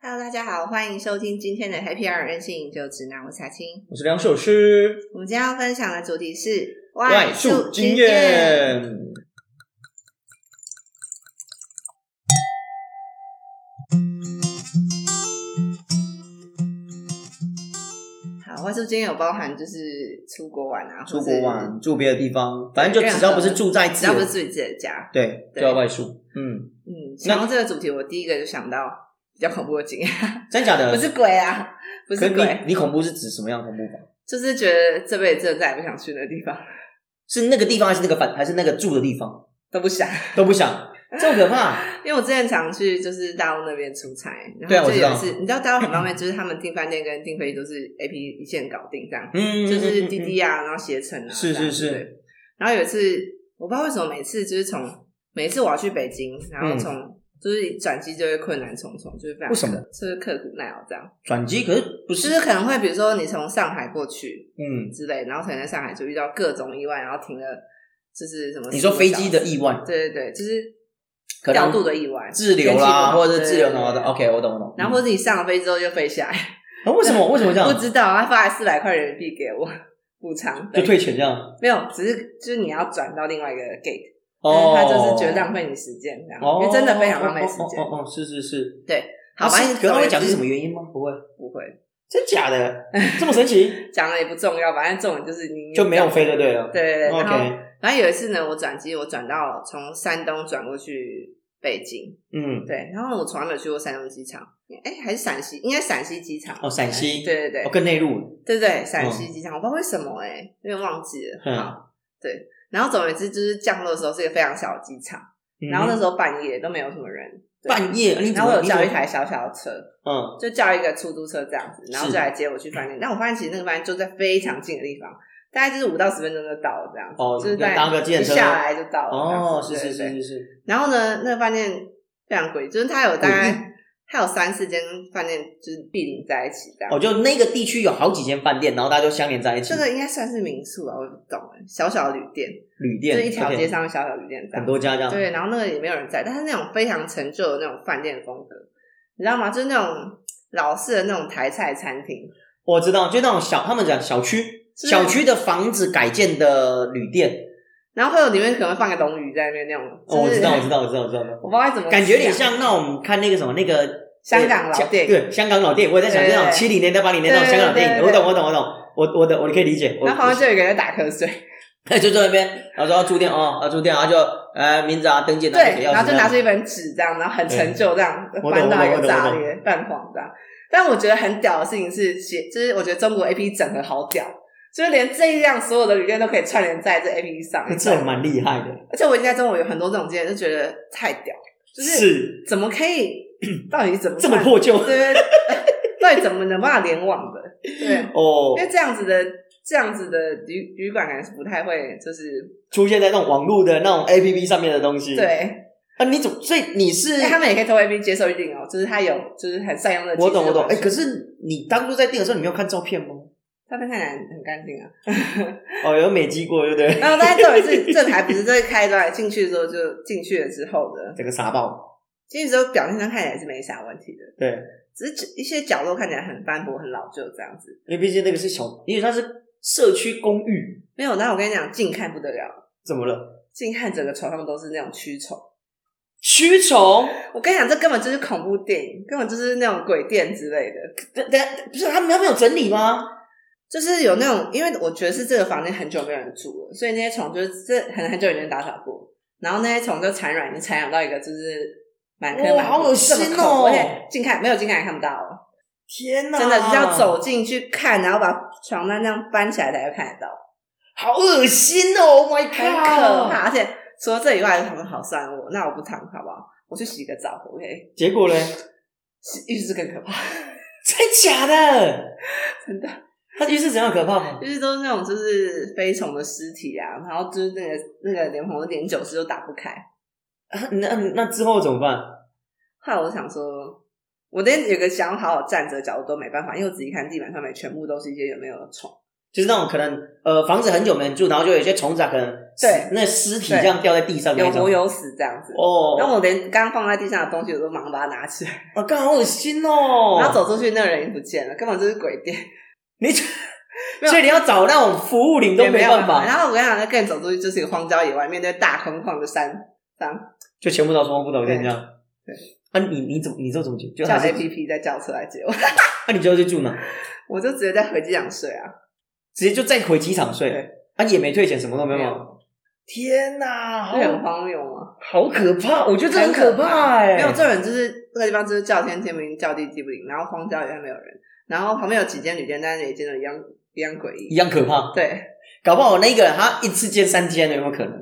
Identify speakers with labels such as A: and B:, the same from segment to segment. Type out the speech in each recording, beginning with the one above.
A: Hello，大家好，欢迎收听今天的 Happy Hour 任性饮酒指南，我是彩青。
B: 我是梁首诗，
A: 我们今天要分享的主题是
B: 外宿经。验。
A: 好，外宿经验有包含就是出国玩啊，
B: 出
A: 或是
B: 国玩住别的地方，反正就只要不是住在
A: 只
B: 自
A: 要
B: 己
A: 不
B: 的，
A: 是自己自己的家。
B: 对，
A: 对
B: 就要外宿。嗯，
A: 嗯，
B: 那
A: 想到这个主题，我第一个就想到比较恐怖的经验，
B: 真假的？
A: 不是鬼啊，不
B: 可
A: 是
B: 是
A: 鬼，
B: 你你恐怖是指什么样恐怖法？
A: 就是觉得这辈子真的再也不想去那地方，
B: 是那个地方还是那个反还是那个住的地方
A: 都不想。
B: 都不想，这么可怕？
A: 因为我之前常去就是大陆那边出差，
B: 对
A: 然
B: 啊
A: 后
B: 我
A: 就
B: 知
A: 有一
B: 道
A: 次，你知道大陆很方便，就是他们订饭店跟订飞机都是 A P 一线搞定这样，
B: 嗯，
A: 就是滴
B: 嗯，
A: 滴啊，然后携程啊，
B: 是
A: 这样
B: 是是
A: 对然后有一次，我不知道为什么每次就是从每次我要去北京，然后从、就是转机就会困难重重，就是非常
B: 嗯为什么
A: 就是刻苦耐劳这样，
B: 转机可是不
A: 就是是可能会比如说你从上海过去
B: 嗯？
A: 之类，然后可能在上海就遇到各种意外，然后停了就是什么
B: 你说
A: 15
B: 飞机
A: 小
B: 的
A: 时
B: 意外，
A: 对对对，就是
B: 可能
A: 调度的意外，
B: 滞留
A: 天气不
B: 啦，
A: 好
B: 或者是滞留什
A: 对
B: 么
A: 对
B: 的。
A: 对
B: OK，我懂我懂。
A: 然后或者你上了飞之后就飞下来，
B: 嗯啊为什么为什么这样
A: 不？知道他发了四百块人民币给我补偿，
B: 就
A: 对，
B: 退钱这样？
A: 没有，只是就是你要转到另外一个 gate，
B: 哦，
A: 但是他就是觉得浪费你时间这样，
B: 哦，
A: 因为真的非常浪费时
B: 哦
A: 间。
B: 哦哦哦，是是是。
A: 好，
B: 他
A: 反
B: 是
A: 正
B: 可是他会讲是什么
A: 原
B: 原因吗？不会，
A: 不会
B: 真假的 这么 神奇，
A: 讲了也不重要，反正重点就是你
B: 就没有飞就对了。
A: 对对对，然后
B: OK，
A: 然后有一次呢，我转机，我转到从山东转过去北京，
B: 嗯，
A: 对，然后我从来没有去过山东机场，哎，还是陕西，应该陕西机场
B: 哦，陕西，
A: 对对对
B: 哦，，更内陆，
A: 对对，陕西机场，我不知道为什么哎、欸，有点忘记了。
B: 嗯
A: 好，对，然后总而言之，就是降落的时候是一个非常小的机场，
B: 嗯
A: 然后那时候半夜都没有什么人，对
B: 半夜，你怎
A: 然后
B: 么嗯
A: 我有叫一，
B: 你
A: 台小小的车，
B: 怎么
A: 就叫一个出租车这样子，然后
B: 是
A: 就来接我去饭店。但我发现其实那个饭店就在非常近的地方，大概就是五到十分钟就到了这样子，
B: 哦
A: 就是在
B: 搭个计程
A: 一
B: 车
A: 下来就到
B: 嗯，
A: 了。这样
B: 哦，
A: 子
B: 是是。
A: 对
B: 是
A: 对
B: 是是，
A: 然后呢，那个饭店非常贵，就是它有大
B: 诡
A: 概它有三四间饭店就是毗邻在一起这样。
B: 哦，就那个地区有好几间饭店，然后大家就相连在一起
A: 这，个应该算是民宿吧，我也不懂哎，小小的旅店，
B: 旅
A: 就
B: 店，
A: 一条
B: OK，
A: 街上的小小旅店这
B: 很
A: 样。
B: 多家这样，
A: 对，然后那个也没有人在，但是那种非常陈旧的那种饭店风格，你知道吗？就是那种老式的那种台菜餐厅，
B: 我知道，就那种小，他们讲小区，
A: 是
B: 小区的房子改建的旅店，
A: 然后会有里面可能会放个龙鱼在那边那种。
B: 哦，我知道，我知
A: 道，
B: 道，我知道，我知道，
A: 我不知道怎么
B: 感觉有点
A: 讲
B: 像那我们看那个什么那个
A: 香港老店
B: 对香港老电影，我也在想
A: 对
B: 那种七零年代、八零年代那种香港电
A: 对
B: 影，
A: 对
B: 我
A: 对
B: 懂，我懂，我懂，我我的我可以理解。我
A: 然后旁边就有一个人在打瞌睡，
B: 就就坐那边，然后说要住店哦，要住店，然后就呃名字啊登记，
A: 对，
B: 然
A: 然
B: 后
A: 后就拿出一本纸这样，然后很陈旧这样
B: 我懂
A: 翻到一
B: 我
A: 个
B: 懂
A: 炸
B: 我懂
A: 裂泛黄这样。但我觉得很屌的事情是，写就是我觉得中国 A P 整合好屌，就是连这样所有的旅店都可以串联在这 A P 上，你知
B: 这
A: 道吗？
B: 蛮厉害的，
A: 而且我已经在中国有很多这种经验，就觉得太屌，就是
B: 是
A: 怎么可 以，到底怎么
B: 这么
A: 办
B: 破旧
A: 对， 到底怎么能办法联网的？对，
B: 哦
A: 因，为这样子的这样子的旅旅馆感觉是不太会，就是
B: 出现在那种网络的那种 A P P 上面的东西。
A: 对，
B: 啊，你怎么？所以你是
A: 因为他们也可以透过 A P 接受预定哦，就是他有就是很善用的。
B: 我懂我懂，哎，可是你当初在订的时候，你没有看照片吗？
A: 照片看起来很干净啊。
B: 哦，有美肌过，对不对？
A: 然后，但是重点是，这还不是这开端，进去之后就进去了之后的，
B: 整个傻爆，
A: 进去之后表面上看起来是没啥问题的，
B: 对。
A: 只是一些角落看起来很斑驳、很老旧这样子。
B: 因为毕竟那个是小，因为它是社区公寓，
A: 没有，那我跟你讲，近看不得了，
B: 怎么了？
A: 近看整个床上都是那种蛆虫。
B: 蛆虫？
A: 我跟你讲，这根本就是恐怖电影，根本就是那种鬼店之类的。
B: 等等下，不是他们他们有整理吗？
A: 就是有那种，因为我觉得是这个房间很久没有人住了，所以那些虫就是这很很久以前打扫过，然后那些虫就产卵，已经产养到一个就是满坑
B: 哇
A: 满谷
B: 好恶心哦
A: 这么恐怖而且近看没有近看也看不到哦，
B: 天哪，
A: 真的是要，走进去看，然后把床单这样翻起来才会看得到，
B: 好恶心哦！Oh my god，
A: 很可怕。而且除了这以外，他们好算我，那我不躺好不好？我去洗个澡，OK？
B: 结果嘞，
A: 洗浴室更可怕，
B: 真假的？
A: 真的。
B: 他浴室怎样可怕 吗？
A: 就是都是那种就是飞虫的尸体啊，然后就是那个那个莲蓬连九十都打不开。
B: 啊那那之后怎么办？
A: 后来我想说，我那天有个想要好好站着的角度都没办法，因为我仔细看地板上面全部都是一些有没有的虫。
B: 就是那种可能呃，房子很久没人住，然后就有一些虫子啊，可能
A: 对
B: 那尸体这样掉在地上那
A: 有
B: 种
A: 活。有死这样子。然
B: 哦，
A: 后我连刚放在地上的东西，我都忙把它拿起来。
B: 我干好恶心哦！
A: 然后走出去，那个人已经不见了，根本就是鬼店。
B: 你，
A: 没有
B: 所以你要找那种服务你都
A: 也
B: 没
A: 有
B: 办法，
A: 然后我跟你讲，那更走出去就是一个荒郊野外，面对大空旷的山上，
B: 就全部到双方不倒店这样。
A: 对
B: 啊，你你怎么你知道怎么解？就
A: 叫
B: 还是
A: APP 再叫车来接我，
B: 啊，你知道就住哪？
A: 我就直接在回机场睡啊。
B: 直接就再回机场
A: 对
B: 睡，啊，也没退钱，什么都没
A: 没
B: 有。哦天哪，
A: 这很荒谬啊吗？
B: 好可怕！我觉得这很
A: 很可
B: 可怕哎。
A: 没有，这人就是这个地方就是叫天天不应，叫地地不灵，然后荒郊野外没有人，然后旁边有几间旅店，但是每间都一样一样诡
B: 一
A: 异。
B: 样可怕。
A: 对，
B: 搞不好那个人他一次见三间，有没有可能？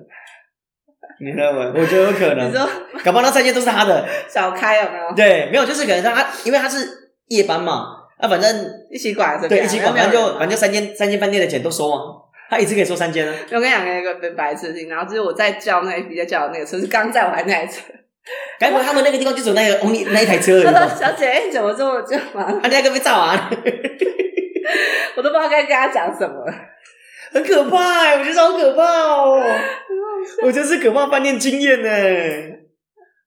B: 你认 为？我觉得有可
A: 你
B: 能。
A: 说
B: 搞不好那三间都是他的。
A: 小开有没有
B: 对，没有，就是可能他，因为他是夜班嘛，啊，反正
A: 一起拐着？
B: 对一起管，
A: 然啊
B: 反
A: 后没有
B: 正
A: 人
B: 就反正三间三间饭店的钱都收嘛，他一次可以收三间啊。
A: 我跟你讲一个很白痴的事情，然后就是我在叫那 A P P 在叫那个车，是刚载我还那台车，
B: 该不会他们那个地方就只有那个 only 那一台车而已
A: 他 说
B: 吧？啊
A: 小姐哎你怎么这么这么，
B: 他那个被炸啊，
A: 我都不知道该跟他讲什么。
B: 很可怕哎、我觉得好可怕哦、我真是可怕饭店经验呢、欸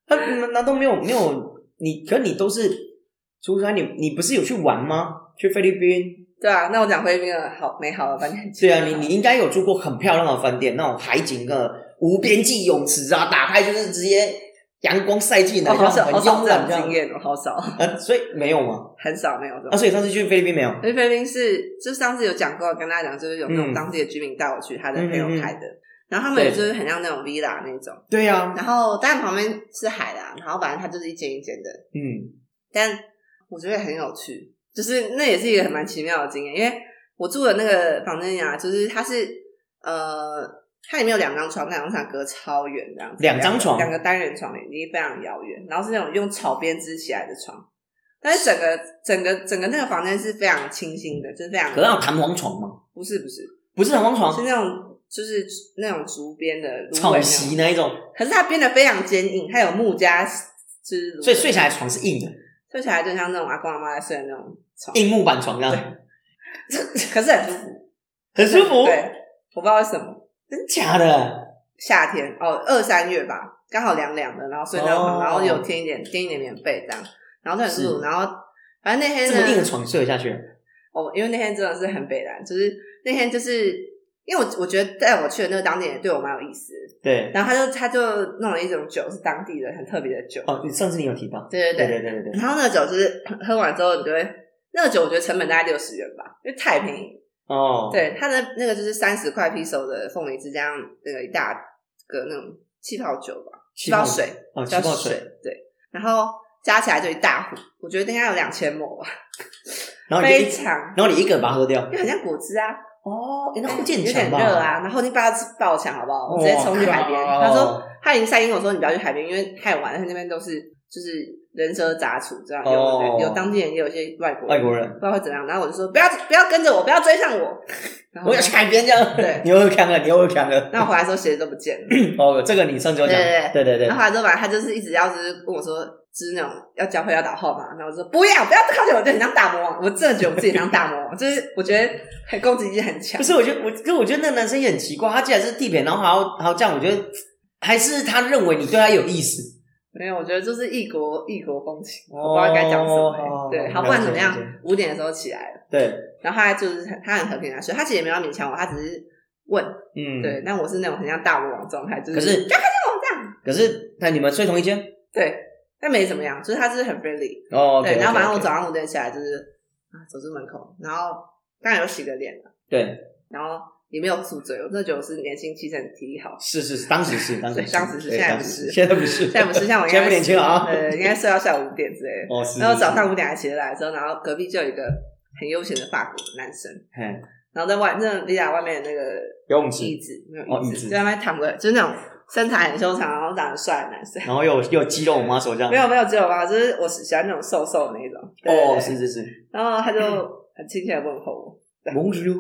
B: 他难道没有没有你？可你都是出差，你你不是有去玩吗？去菲律宾？
A: 对啊，那我讲菲律宾的好美好的饭店经
B: 对
A: 验
B: 啊，
A: 好。
B: 你你应该有住过很漂亮的饭店，那种海景的无边际泳池啊，打开就是直接阳光晒进来，
A: 我好
B: 然后
A: 少
B: 很
A: 好少
B: 慵
A: 这种
B: 懒这
A: 经
B: 样。
A: 验，我好少，
B: 啊，所以没有嘛？
A: 很少没有这种
B: 啊，。所以上次去菲律宾没有？
A: 因为菲律宾是，就上次有讲过，跟大家讲，就是有那种
B: 嗯
A: 当地的居民带我去他的朋友开的，然后他
B: 对
A: 们就是很像那种 villa 那种，
B: 对啊呀、
A: 然后但旁边是海啦，然后反正它就是一间一间的，
B: 嗯，
A: 但我觉得很有趣，就是那也是一个很蛮奇妙的经验，因为我住的那个房间呀、就是它是呃，它里面有两张床，那两张床隔超远这样子，
B: 两张床
A: 两个两个单人床离非常遥远，然后是那种用草编织起来的床，但是整个整个整个那个房间是非常清新的，就是非常
B: 可那种弹簧床嘛，
A: 不是不是是
B: 不是弹簧床，
A: 那种就是那种竹编的芦苇那
B: 草
A: 种
B: 席那一种，
A: 可是它编的非常坚硬，它有木加之芦苇，
B: 所以睡起来床是硬的，
A: 睡起来就像那种阿公阿妈在睡的那种床。
B: 硬木板床这样，
A: 可是很舒服，
B: 很舒服。
A: 对，我不知道为什么，
B: 真假的？
A: 夏天哦，二三月吧，刚好凉凉的，然后睡那床，
B: 哦
A: 然后有添一点添一点棉被这样，然后就很舒服。
B: 是
A: 然后反正那天
B: 这么硬的
A: 呢，
B: 床睡得下去？
A: 哦，因为那天真的是很北蓝，就是那天就是因为我我觉得哎带我去的那个当地人对我蛮有意思的，
B: 对。
A: 然后他就他就弄了一种酒，是当地的很特别的酒，
B: 哦，你上次你有提到。
A: 对对对。
B: 对对对对对。
A: 然后那个酒就是喝完之后，你就会那个酒，我觉得成本大概六十元吧，因为太便宜了。
B: 哦。。
A: 对，它的那个就是三十块 p 手的凤梨汁加上那个一大个那种气泡酒吧，
B: 气
A: 气
B: 泡
A: 泡
B: 酒
A: 水，
B: 哦，气
A: 叫
B: 泡
A: 水，对，然后加起来就一大壶，我觉得应该有两千亩吧，
B: 然后你就
A: 非
B: 哦一，
A: 常，
B: 然后你一个人把它喝掉
A: 因。为很像果汁啊，
B: 哦，诶那护
A: 有
B: 健
A: 点
B: 强
A: 热
B: 吧？。
A: 啊，然后你把它爆强好不好？我直接冲去海边，
B: 哇靠
A: 他说他已经晒跟我说你不要去海边，因为太晚了，他那边都是就是人蛇杂处这样，有、
B: 哦哎
A: 有当地人，也有一些外国人，
B: 外国人，
A: 不知道会怎样，然后我就说不要不要跟着我，不要追上我，然后
B: 我要去海边这样。
A: 嗯对
B: 你又喝康了，你又喝康了。
A: 那我回来的时候鞋子都不见了。
B: 哦，这个你上次有讲。
A: 对
B: 对对对
A: 然。后后来之后，反正他就是一直要就是跟我说，就是那种要教会要打号码，然后我就说不要不要靠近我，就很像大魔王。我真的觉得我自己很像大魔王， 就是我觉得很攻击性很强
B: 不。是，我觉得我，可我觉得那个男生也很奇怪，他既然是地陪，然后还要还要这样，我觉得还是他认为你对他有意思。
A: 没有，我觉得就是异国异国风情，
B: 哦
A: 我不知道该讲什么、欸。对，好，不管
B: 了解
A: 怎么样
B: 了解，
A: 五点的时候起来了，
B: 对，
A: 然后他就是很他很和平地啊说，他其实也没有要勉强我，他只是问。
B: 嗯，。
A: 对，但我是那种很像大魔王状态，就是
B: 可是
A: 不要靠近我这样。
B: 可是，那你们睡同一间？
A: 对，但没怎么样，就是他就是很 friendly。
B: 哦，
A: 对，
B: OK，OK，OK
A: 然后反正我早上五点起来就是啊，走出门口，然后当然有洗个脸了，
B: 对，
A: 然后也没有宿醉，我真的觉得我是年轻气盛、体力 好。
B: 是是，是，当时是，当时
A: 对当时是
B: 对
A: 现在
B: 当
A: 不
B: 时
A: 是
B: 现在不是，
A: 现在不是像我应该
B: 现在不年轻了啊。
A: 呃，应该睡到下午五点之类的。
B: 哦，是。
A: 然后
B: 是
A: 早，上五点还起得来的时候，然后隔壁就有一个很悠闲的法国男生，
B: 是嘿，
A: 然后在外那 villa 外面的那个
B: 游泳池，
A: 椅子没有
B: 哦椅
A: 椅
B: 子
A: 子，就在那边躺个，就是那种身材很修长，然后长得帅的男生。
B: 然后又有又有肌肉麻手这样。
A: 没有没有，只有吧，就是我喜欢那种瘦瘦的那种。对
B: 哦，是是是，
A: 然后他就很亲切的问候我。
B: 蒙牛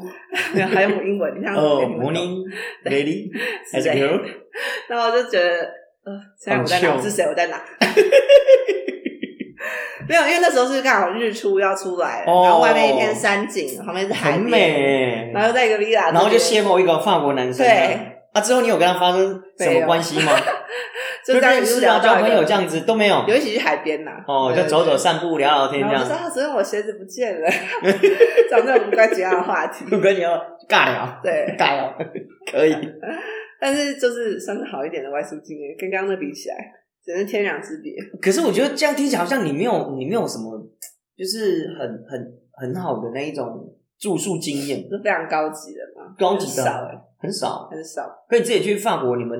A: 没有，还有英文，你看
B: 哦
A: 我没听懂
B: ，morning lady，还
A: 是
B: 是
A: 谁
B: girl？
A: 然后我就觉得，呃，现在我在
B: 很
A: 哪？
B: 糗
A: 我是谁？我在哪？ 没有，因为那时候是刚好日出要出来了，
B: 哦
A: 然后外面一片山景，旁边是海
B: 很
A: 边，
B: 美欸。
A: 然后又在一个 villa，
B: 然后就
A: 这边
B: 邂逅一个法国男生，
A: 对，
B: 啊，之后你有跟他发生什
A: 没
B: 么
A: 有
B: 关系吗？
A: 就
B: 认
A: 在
B: 识啊，交朋友这样子都没有。
A: 有一起去海边呐、
B: 哦，
A: 对
B: 就走走。散步、聊聊天
A: 对
B: 这
A: 然后我
B: 样子
A: 说，啊，昨天我鞋子不见 了，讲这种无关紧要的话题。
B: 不跟你要尬聊，
A: 对，
B: 尬聊可以。
A: 但是就是算是好一点的外宿经验，跟刚刚的比起来，真是天壤之别。
B: 可是我觉得这样听起来好像你没有，你没有什么，就是很很很好的那一种住宿经验，
A: 是非常高级的嘛，
B: 高级
A: 很少欸
B: 的很少。
A: 很少。
B: 可你自己去法国，你们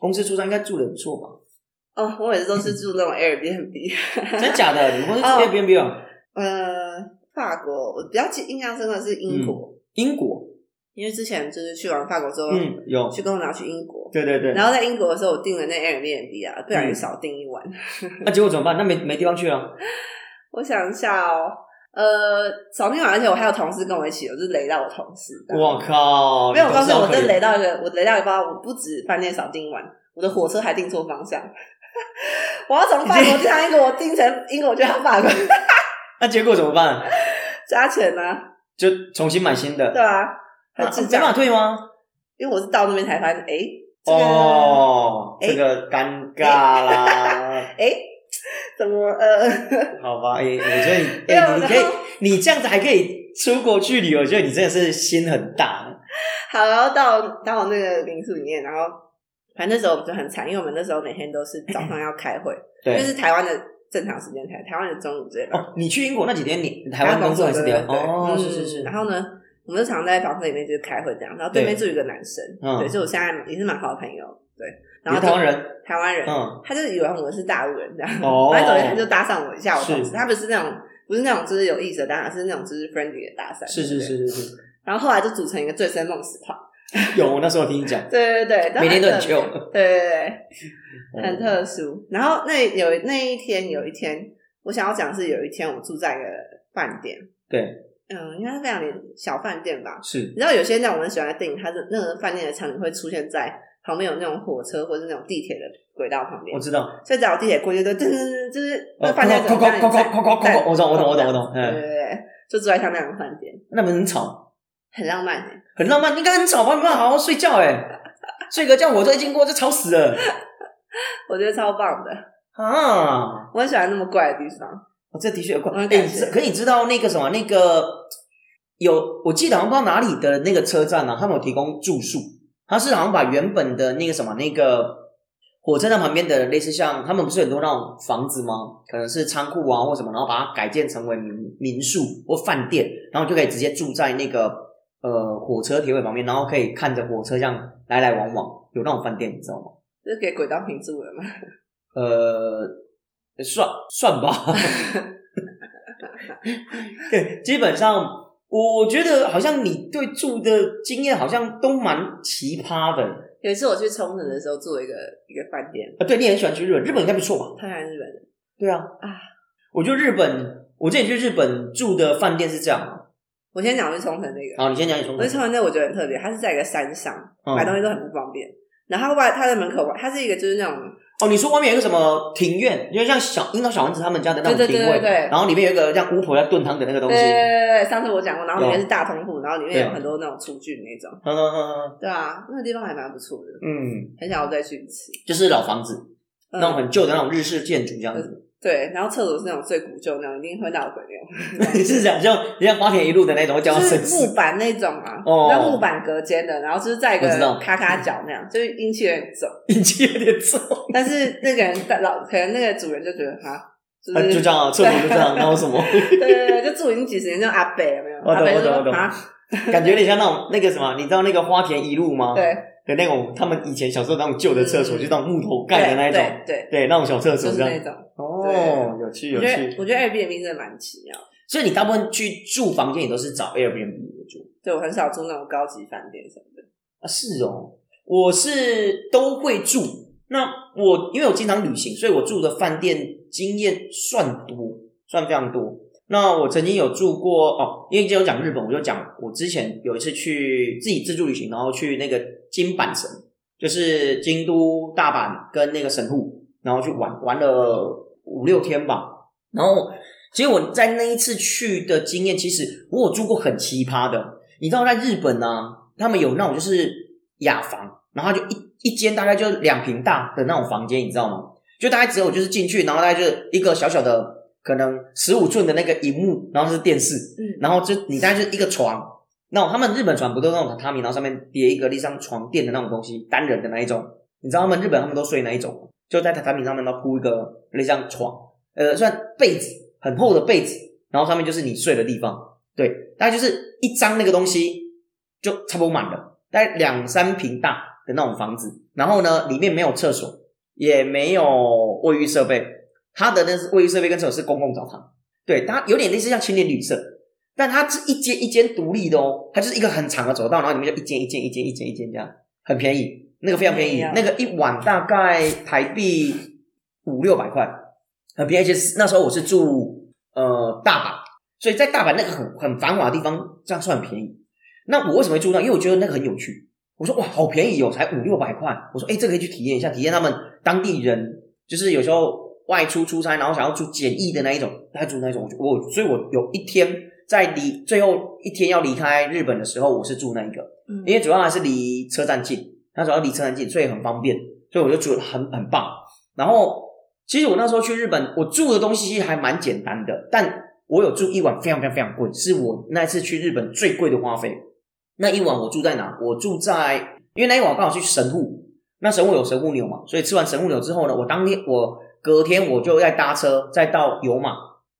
B: 公司住宿应该住的不 错吧？
A: 哦，我每次都是住那种 Airbnb。
B: 真假的？你们公司住
A: 哦
B: Airbnb 啊？
A: 呃，法国我比较记印象深刻的是英国，
B: 英国？
A: 因为之前就是去完法国之后，
B: 嗯，有。
A: 去跟我拿去英国。
B: 对对对。
A: 然后在英国的时候，我订了那 Airbnb 啊，不
B: 嗯
A: 小心少订一晚。
B: 那结果怎么办？那没没地方去了。
A: 我想一下哦，呃，少订一晚，而且我还有同事跟我一起，我就雷到我同事。
B: 我！靠！
A: 嗯没有，我告
B: 你
A: 诉你，
B: 同事
A: 我
B: 好可
A: 真
B: 怜
A: 的雷到一个，我雷到一个包，我不止饭店少订一晚，我的火车还订错方向。 我要从法国订到英国，我订成英国就要法国，
B: 那结果怎么办？
A: 加钱啊，
B: 就重新买新的。
A: 对啊，
B: 那
A: 很智
B: 没办法
A: 障。
B: 退吗？
A: 因为我是到那边才发现，诶，这个，
B: 哦，
A: 哎
B: 这个尴尬啦，
A: 诶，怎么呃，
B: 好吧，哎，我觉得你，
A: 对啊
B: 哎，
A: 然
B: 你可以
A: 后，
B: 你这样子还可以出国去旅游，我觉得你真的是心很大。
A: 好，然后到到那个民宿里面，然后反正那时候我们就很惨，因为我们那时候每天都是早上要开会，因为
B: 对，
A: 是台湾的正常时间才，台湾的中午之类的。
B: 哦，你去英国那几天，你台湾工作还是
A: 对
B: 留？
A: 对对
B: 哦，
A: 嗯
B: 是是是
A: 然，后呢，我们就常在房间里面就是开会这样，然后对面
B: 对
A: 住一个男生，
B: 嗯
A: 对，就我现在也是蛮好的朋友，对。
B: 你
A: 然
B: 是
A: 后就
B: 台湾，人，
A: 台湾人，
B: 嗯，
A: 他就以为我是大陆人这样，
B: 哦
A: 然后走进他就搭讪我一下，我同
B: 是
A: 事，他不是那种不是那种就是有意思的搭讪，是那种就是 friendly 的搭讪，
B: 是是
A: 对。
B: 是是是，
A: 然后后来就组成一个醉生梦死团，
B: 有，我那时候听你讲，
A: 对对对，然后
B: 每天都很
A: 特别
B: chill
A: 对对对对，很
B: 嗯
A: 特殊。然后那有那一天有一天，我想要讲的是有一天我住在一个饭店，
B: 对，
A: 嗯，应该是非常小饭店吧，
B: 是
A: 你知道有些那种我很喜欢的电影，它的那个饭店的场景会出现在旁边有那种火车或者是那种地铁的轨道旁边
B: 我，知道，
A: 所以只要有地铁过去就噔噔噔，就是那
B: 哦，
A: 个
B: 快
A: 饭
B: 快
A: 店
B: 快
A: 整个
B: 快快快
A: 站
B: 快快
A: 站
B: 快，我懂我懂我懂我懂，
A: 对对
B: 嗯，
A: 对，就住在像那样的饭店，
B: 那边很吵，
A: 很浪漫欸。
B: 很浪漫，应该很吵吧？没办法好好睡觉，哎，睡个觉，火车一经过就吵死了
A: 我觉得超棒的，
B: 啊。
A: 我很喜欢那么怪的地方。
B: 哦，这的确有关。
A: 我
B: 哎、
A: 很感
B: 你
A: 谢
B: 知可你知道那个什么，那个有我记得好像不知道哪里的那个车站呢、啊，他们有提供住宿，他是好像把原本的那个什么那个火车站旁边的类似像他们不是很多那种房子吗？可能是仓库啊或什么，然后把它改建成为民民宿或饭店，然后就可以直接住在那个呃火车铁轨旁边，然后可以看着火车这样来来往往，有那种饭店，你知道吗？
A: 这是给轨道屏住了嘛？
B: 呃，算算 吧。对，基本上我我觉得好像你对住的经验好像都蛮奇葩的。
A: 有一次我去冲绳的时候住了一个一个饭店，
B: 啊，对你也很喜欢去日本，日本应该不错吧？
A: 他还是日本人，
B: 对啊，
A: 啊，
B: 我觉得日本，我之前去日本住的饭店是这样。啊
A: 我先讲我去冲绳那个，
B: 好，你先讲你从
A: 我去冲绳那个我觉得很特别，它是在一个山上，
B: 嗯
A: 买东西都很不方便。然后外它的门口外，它是一个就是那种
B: 哦，你说外面有一个什么庭院，就像小樱桃小丸子他们家的那种
A: 对
B: 庭
A: 对对
B: 院，
A: 对对
B: 然后里面有一个像巫婆在炖汤的那个东西。
A: 对对对，上次我讲过，然后里面
B: 有
A: 是大通铺，然后里面有
B: 对
A: 很多那种厨具那种。
B: 嗯嗯嗯
A: 对啊，那个地方还蛮不错的，
B: 嗯，
A: 很想要再去一次。
B: 就是老房子，
A: 嗯
B: 那种很旧的那种日式建筑这样子。
A: 对，然后厕所是那种最古旧那种，一定会闹鬼那
B: 你是想像人家花田一路的那种，叫
A: 种，
B: 他
A: 就是
B: 绅
A: 木
B: 士。
A: 板那种啊，
B: 哦
A: 然后木板隔间的，然后就是在一
B: 我知道
A: 个咔咔角那样，就是阴气有点 重。
B: 阴气有点 重，
A: 但是那个人在老，可能那个主人就觉得啊，就
B: 啊
A: 是
B: 就这样啊，厕所就这样，那有什 么？
A: 对对对，就住已经几十年，就阿北有没有？
B: 我懂
A: 阿北就
B: 哦我懂我
A: 说
B: 懂
A: 啊，
B: 感觉有点像那种那个什么，你知道那个花田一路吗？
A: 对，
B: 的那种，他们以前小时候那种旧的厕所，
A: 嗯
B: 就那种木头盖的那一种，
A: 对对，
B: 对，那种小厕
A: 对就
B: 所
A: 是
B: 这
A: 那
B: 样。
A: 种。
B: 哦，有趣
A: 我
B: 有
A: 觉得
B: 趣。
A: 我觉得 Airbnb 真的蛮奇妙的，
B: 所以你大部分去住房间，你都是找 Airbnb 住
A: 对我很少住那种高级饭店什么的。
B: 啊？是哦，我是都会住。那我因为我经常旅行，所以我住的饭店经验算多，算非常多。那我曾经有住过哦，因为今天有讲日本，我就讲我之前有一次去自己自助旅行，然后去那个金板神，就是京都、大阪跟那个神户，然后去玩玩了五六天吧。然后其实我在那一次去的经啊验，其实我有住过很奇葩的，你知道在日本呢、他们有那种就是雅房，然后就一一间大概就两平大的那种房间，你知道吗？就大概只有就是进去，然后大概就是一个小小的可能十五寸的那个荧幕，然后是电视，
A: 嗯，
B: 然后就你大概就是一个床。那种他们日本床不都是那种榻榻米，然后上面叠一个立上床垫的那种东西，单人的那一种。你知道他们日本他们都睡哪一种吗？就在榻榻米上面，然后铺一个类似像床，呃，算被子，很厚的被子，然后上面就是你睡的地方。对，大概就是一张那个东西就差不多满了，大概两三平大的那种房子。然后呢，里面没有厕所，也没有卫浴设备，它的那是卫浴设备跟厕所是公共澡堂。对，它有点类似像青年旅社，但它是一间一间独立的哦，它就是一个很长的走道，然后里面就一间一间一间一间一间这样，很便宜，那个非常便宜
A: 便宜啊，
B: 那个一晚大概台币五六百块，很便宜。而且是那时候我是住呃大阪，所以在大阪那个很很繁华的地方，这样算很便宜。那我为什么会住那？因为我觉得那个很有趣。我说哇，好便宜哦，才五六百块。我说哎、这个可以去体验一下，体验他们当地人，就是有时候外出出差，然后想要住简易的那一种，他住那一种。我就我所以，我有一天在离最后一天要离开日本的时候，我是住那一个。
A: 嗯
B: 因为主要还是离车站近，那时候离车站近，所以很方便，所以我就住得很很棒。然后其实我那时候去日本，我住的东西其实还蛮简单的，但我有住一晚非常非常非常贵，是我那一次去日本最贵的花费。那一晚我住在哪？我住在，因为那一晚我刚好去神户，那神户有神户牛嘛，所以吃完神户牛之后呢，我当天我隔天我就在搭车再到有马。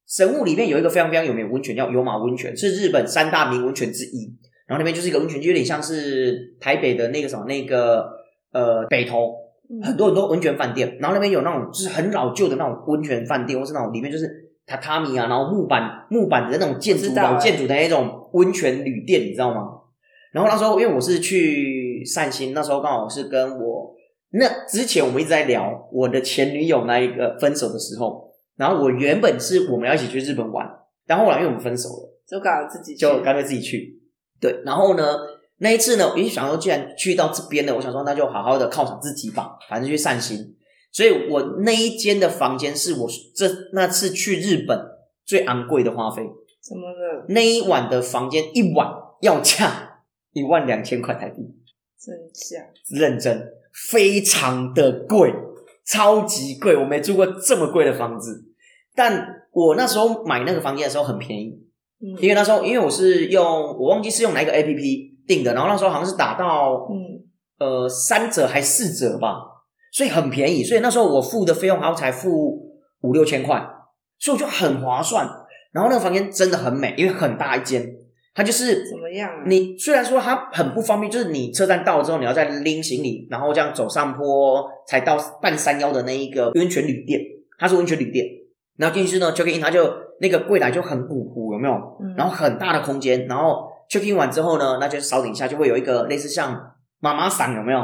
B: 神户里面有一个非常非常有名的温泉，叫有马温泉，是日本三大名温泉之一。然后那边就是一个温泉，就有点像是台北的那个什么那个呃北投，
A: 嗯
B: 很多很多温泉饭店。然后那边有那种就是很老旧的那种温泉饭店，或是那种里面就是榻榻米啊，然后木板木板的那种建
A: 我
B: 筑
A: 知道欸
B: 老建筑的那种温泉旅店，你知道吗？然后那时候因为我是去散心，那时候刚好是跟我那之前我们一直在聊我的前女友那一个分手的时候，然后我原本是我们要一起去日本玩，但后来因为我们分手了。
A: 就搞自己去
B: 就干脆自己去。对，然后呢，那一次呢，我就想说，既然去到这边了，我想说那就好好的犒赏自己吧，反正去散心。所以我那一间的房间是我这那次去日本最昂贵的花费，
A: 什么的，
B: 那一晚的房间一晚要价一万两千块台币，
A: 真假？
B: 认真，非常的贵，超级贵，我没住过这么贵的房子。但我那时候买那个房间的时候很便宜，
A: 嗯
B: 因为那时候因为我是用我忘记是用哪一个 A P P 订的，然后那时候好像是打到
A: 嗯
B: 呃三折还四折吧，所以很便宜，所以那时候我付的费用好像才付五六千块，所以我就很划算。然后那个房间真的很美，因为很大一间，它就是
A: 怎么样啊？
B: 你虽然说它很不方便，就是你车站到了之后，你要再拎行李，然后这样走上坡才到半山腰的那一个温泉旅店，它是温泉旅店。然后进去呢，check in，它就那个柜台就很古朴，有没有？
A: 嗯
B: 然后很大的空间，然后 check in 完之后呢，那就扫顶下就会有一个类似像妈妈桑有没有？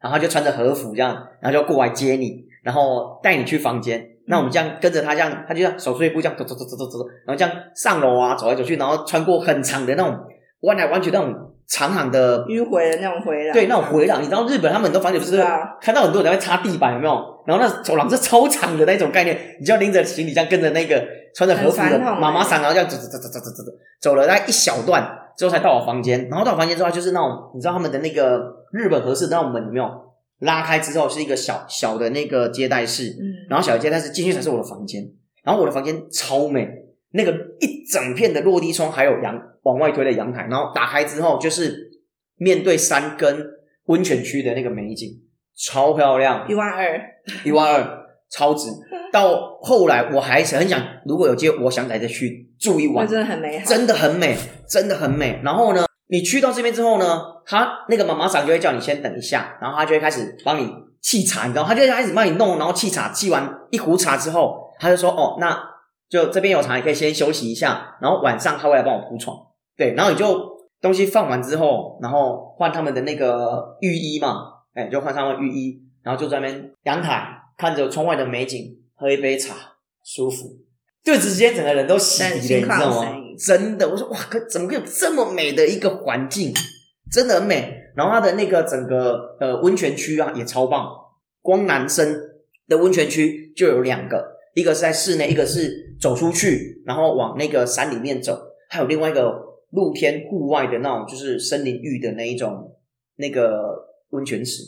B: 然后就穿着和服这样，然后就过来接你，然后带你去房间。那我们这样跟着他这样，他就像手推步这样走走走走走走，然后这样上楼啊，走来走去，然后穿过很长的那种弯来弯去那种长长的
A: 迂回的那种回来，
B: 对，那种回廊，你知道日本他们很多房间不是
A: 对啊
B: 看到很多人在擦地板有没有？然后那走廊是超长的那种概念，你就要拎着行李这样跟着那个穿着和服
A: 很
B: 的
A: 传统欸
B: 妈妈桑，然后这样走走走走走走走，走了大概一小段之后才到我房间，然后到我房间之后就是那种你知道他们的那个日本和式的那种门有没有？拉开之后是一个小小的那个接待室，
A: 嗯，
B: 然后小接待室进去才是我的房间，然后我的房间超美，那个一整片的落地窗，还有阳往外推的阳台，然后打开之后就是面对山跟温泉区的那个美景，超漂亮
A: 一，万二，
B: 一万二，超值。到后来我还是很想，如果有机会，我想再去住一
A: 那
B: 晚，
A: 真的很美好，
B: 真的很美，真的很美。然后呢，你去到这边之后呢，他那个妈妈桑就会叫你先等一下，然后他就会开始帮你沏茶，你知道吗，他就会开始帮你弄，然后沏茶，沏完一壶茶之后，他就说：“哦，那就这边有茶，你可以先休息一下，然后晚上他会来帮我铺床。”对，然后你就东西放完之后，然后换他们的那个浴衣嘛，哎，就换他们浴衣，然后就在那边阳台看着窗外的美景，喝一杯茶，舒服。顿时间整个人都洗涤了，
A: 但
B: 你
A: 心
B: 知
A: 旷
B: 道吗
A: 神怡？
B: 真的，我说哇，可怎么会有这么美的一个环境？真的很美。然后它的那个整个呃温泉区啊也超棒，光男生的温泉区就有两个，一个是在室内，一个是走出去，然后往那个山里面走，还有另外一个露天户外的那种，就是森林浴的那一种那个温泉池，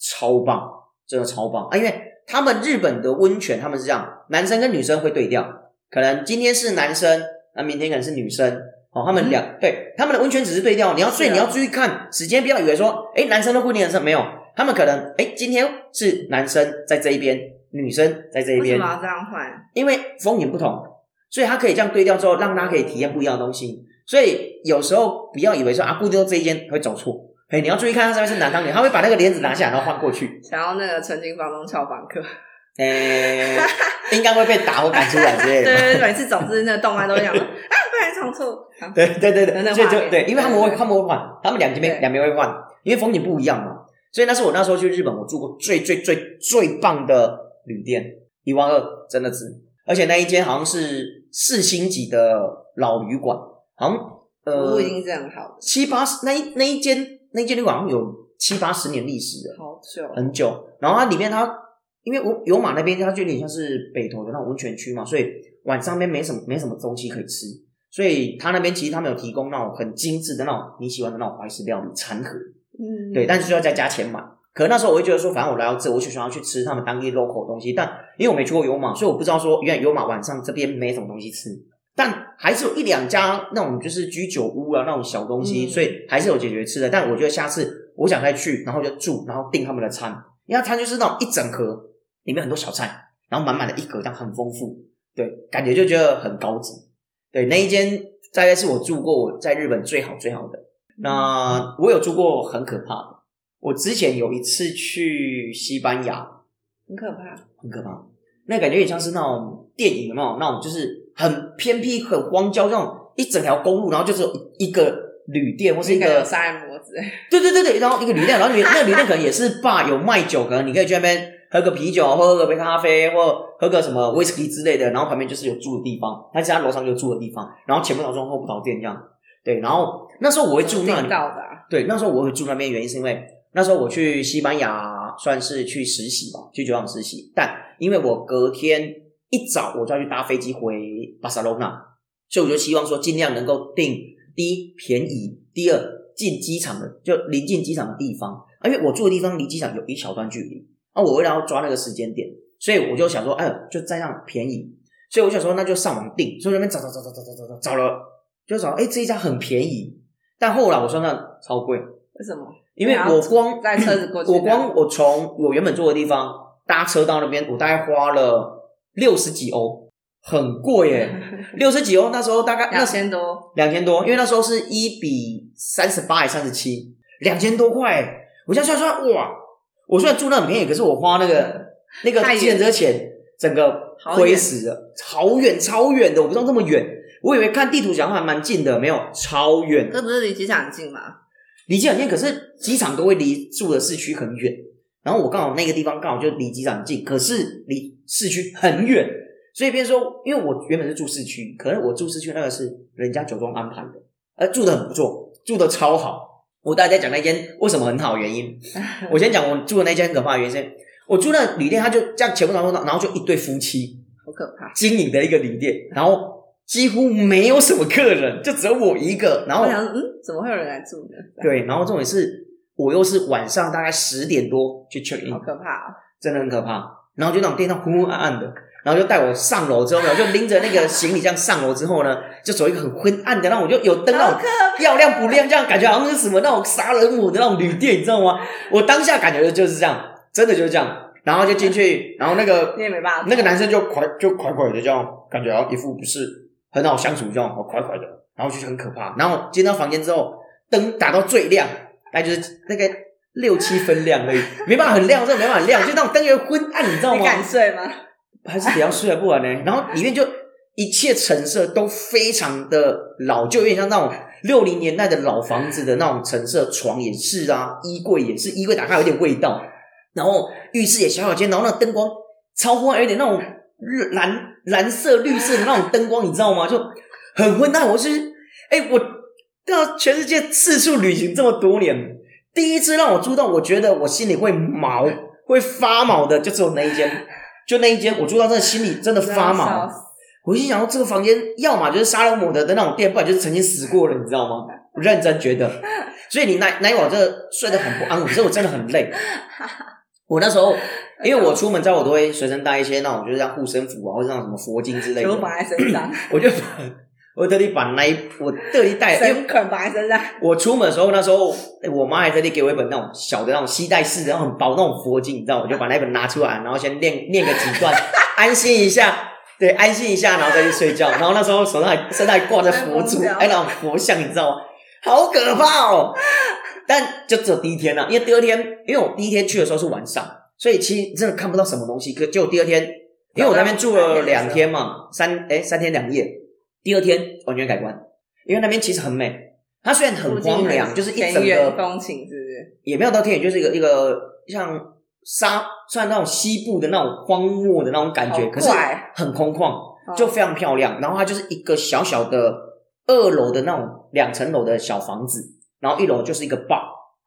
B: 超棒，真的超棒啊！因为他们日本的温泉，他们是这样，男生跟女生会对调，可能今天是男生，那明天可能是女生。哦，他们两、对他们的温泉只是对调，你要所以
A: 是啊
B: 你要注意看时间，不要以为说，哎，男生都固定的是没有，他们可能哎今天是男生在这一边，女生在这一
A: 为什
B: 边，
A: 么要这样换？
B: 因为风景不同，所以它可以这样对调之后，让大家可以体验不一样的东西。所以有时候不要以为说啊，固定都这一间会走错，哎，你要注意看它上面是男汤女，他会把那个帘子拿下来，然后换过去，
A: 想要那个曾经房东俏房客，
B: 哎， 应该会被打或赶出来之类
A: 对
B: 的吧。
A: 对对，每次总之那个动漫都会 讲说啊，不然唱错， 啊
B: 对对对
A: 等等
B: 对，所以
A: 画面
B: 就对，因为他们会他们会换，他们两
A: 对
B: 边两边会换，因为风景不一样嘛。所以那是我那时候去日本，我住过最最最最棒的旅店，一万二真的值。而且那一间好像是四星级的老旅馆，好像
A: 服
B: 呃
A: 务已经是很好的，
B: 七八十那一那一间那一间旅馆好像有七八十年历史了，
A: 好久，
B: 很久。然后它里面它因为我有马那边它就有点像是北投的那种温泉区嘛，所以晚上边没什么没什么东西可以吃，所以它那边其实他们有提供那种很精致的那种你喜欢的那种怀石料理餐盒，
A: 嗯，
B: 对，但是就要再加钱买。可那时候我就觉得说，反正我来到这，我就想要去吃他们当地 local 的东西。但因为我没去过有马，所以我不知道说原来有马晚上这边没什么东西吃。但还是有一两家那种就是居酒屋啊那种小东西，
A: 嗯
B: 所以还是有解决吃的。但我觉得下次我想再去，然后就住，然后订他们的餐，因为它餐就是那种一整盒，里面很多小菜，然后满满的一格，这样很丰富。对，感觉就觉得很高级。对，那一间大概是我住过我在日本最好最好的。
A: 嗯
B: 那我有住过很可怕的，我之前有一次去西班牙，
A: 很可怕，
B: 很可怕，那感觉也像是那种电影有没有？那种就是很偏僻、很荒郊，这种一整条公路，然后就是有一个旅店或
A: 我
B: 是一个
A: 杀人魔之类
B: 对对对对，然后一个旅店，然后你那个旅店可能也是爸有卖酒，可能你可以去那边喝个啤酒，或喝个杯咖啡，或喝个什么威士忌之类的，然后旁边就是有住的地方，他家楼上就有住的地方，然后前不着村后不着店这样。对，然后那时候我会住那
A: 订
B: 里，
A: 到的啊，
B: 对，那时候我会住那边，原因是因为那时候我去西班牙算是去实习吧，去酒厂实习，但因为我隔天一早我就要去搭飞机回巴塞罗那，所以我就希望说尽量能够订第一便宜，第二近机场的就临近机场的地方，啊因为我住的地方离机场有一小段距离，啊，我为了要抓那个时间点，所以我就想说，哎，就占上便宜，所以我想说那就上网订，所以我在那边找找找找找找找找了，就找哎这一家很便宜，但后来我算算超贵，
A: 为什么？
B: 因为我光嗯
A: 带啊车子过去
B: 我光我从我原本住的地方搭车到那边，我大概花了六十几欧，很 贵耶，六十几欧那时候大概那
A: 两千多，
B: 两千多，因为那时候是一比三十八还三十七，两千多块耶，我这样算算哇，我虽然住那很便宜，可是我花那
A: 嗯
B: 个那个
A: 太远
B: 计程车钱，整个
A: 好远
B: 亏死了，好远超远的，我不知道这么远，我以为看地图想还蛮近的，没有超远，
A: 这不是离机场很近吗？
B: 离机场近，可是机场都会离住的市区很远。然后我刚好那个地方刚好就离机场近，可是离市区很远，所以变成说，因为我原本是住市区，可能我住市区那个是人家酒庄安排的，呃，住的很不错，住的超好。我大家讲那间为什么很好的原因，我先讲我住的那间很可怕的原因是，我住那旅店，他就这样前不着村后，然后就一对夫妻，
A: 好可怕！
B: 经营的一个旅店，然后几乎没有什么客人，就只有我一个，然后
A: 我想说，嗯，怎么会有人来住呢？
B: 对，然后重点是我又是晚上大概十点多去 check
A: 好
B: in，
A: 可怕哦！
B: 真的很可怕。然后就那种电上昏昏暗暗的，然后就带我上楼之后呢，就拎着那个行李这样上楼之后呢，就走一个很昏暗的，那我就有灯那
A: 好
B: 种
A: 可怕！
B: 要亮不亮，这样感觉好像是什么那种杀人魔的那种旅店，你知道吗？我当下感觉就是这样，真的就是这样。然后就进去，然后那个
A: 你也没办法，
B: 那个男生就快就快快的这样，感觉好像一副不是很好相处这样，快快的，然后就很可怕。然后进到房间之后，灯打到最亮，那就是那个六七分亮而已，没办法很亮，真的没办法很亮，就那种灯有点昏暗，你知道
A: 你
B: 吗？
A: 敢睡吗？
B: 还是比较睡不完呢、然后里面就一切陈设都非常的老旧，有点像那种六零年代的老房子的那种陈设，床也是啊，衣柜也是，衣柜打开有点味道，然后浴室也小小间，然后那灯光超昏暗，有点那种日蓝蓝色、绿色的那种灯光，你知道吗？就很昏暗。我就是，哎、我到全世界四处旅行这么多年，第一次让我住到我觉得我心里会毛、会发毛的，就只有那一间，就那一间，我住到真的心里真的发
A: 真的要
B: 毛
A: 笑。死
B: 我心想，这个房间要么就是沙龙姆德的那种店，不然就是曾经死过了，你知道吗？我认真觉得，所以你那那一晚真的睡得很不安稳，可是我真的很累。我那时候，因为我出门在我都会随身带一些那种，就是像护身符啊，或者那种什么佛经之类
A: 全部
B: 的，
A: 绑在身上，
B: 我就把我特地把那一我特地带，哎因为
A: 绳捆绑在身上，
B: 我出门的时候，那时候哎我妈还特地给我一本那种小的那种吸带式的，然后很薄那种佛经，你知道吗，我就把那本拿出来，然后先念念个几段，安心一下，对，安心一下，然后再去睡觉。然后那时候手上还身上还挂着佛珠，
A: 还
B: 哎，那种佛像，你知道吗？好可怕哦！但就只有第一天了、因为第二天，因为我第一天去的时候是晚上，所以其实真的看不到什么东西。可就第二天，因为我那边住了两天嘛，三哎三天两夜，第二天完全改观，因为那边其实很美。它虽然很荒凉，就是一
A: 田
B: 整
A: 园
B: 个
A: 风情，是不是？
B: 也没有到天野，就是一个一个像沙，虽然那种西部的那种荒漠的那种感觉，
A: 好
B: 可是
A: 怪哦
B: 很空旷，就非常漂亮。然后它就是一个小小的二楼的那种两层楼的小房子，然后一楼就是一个 bar，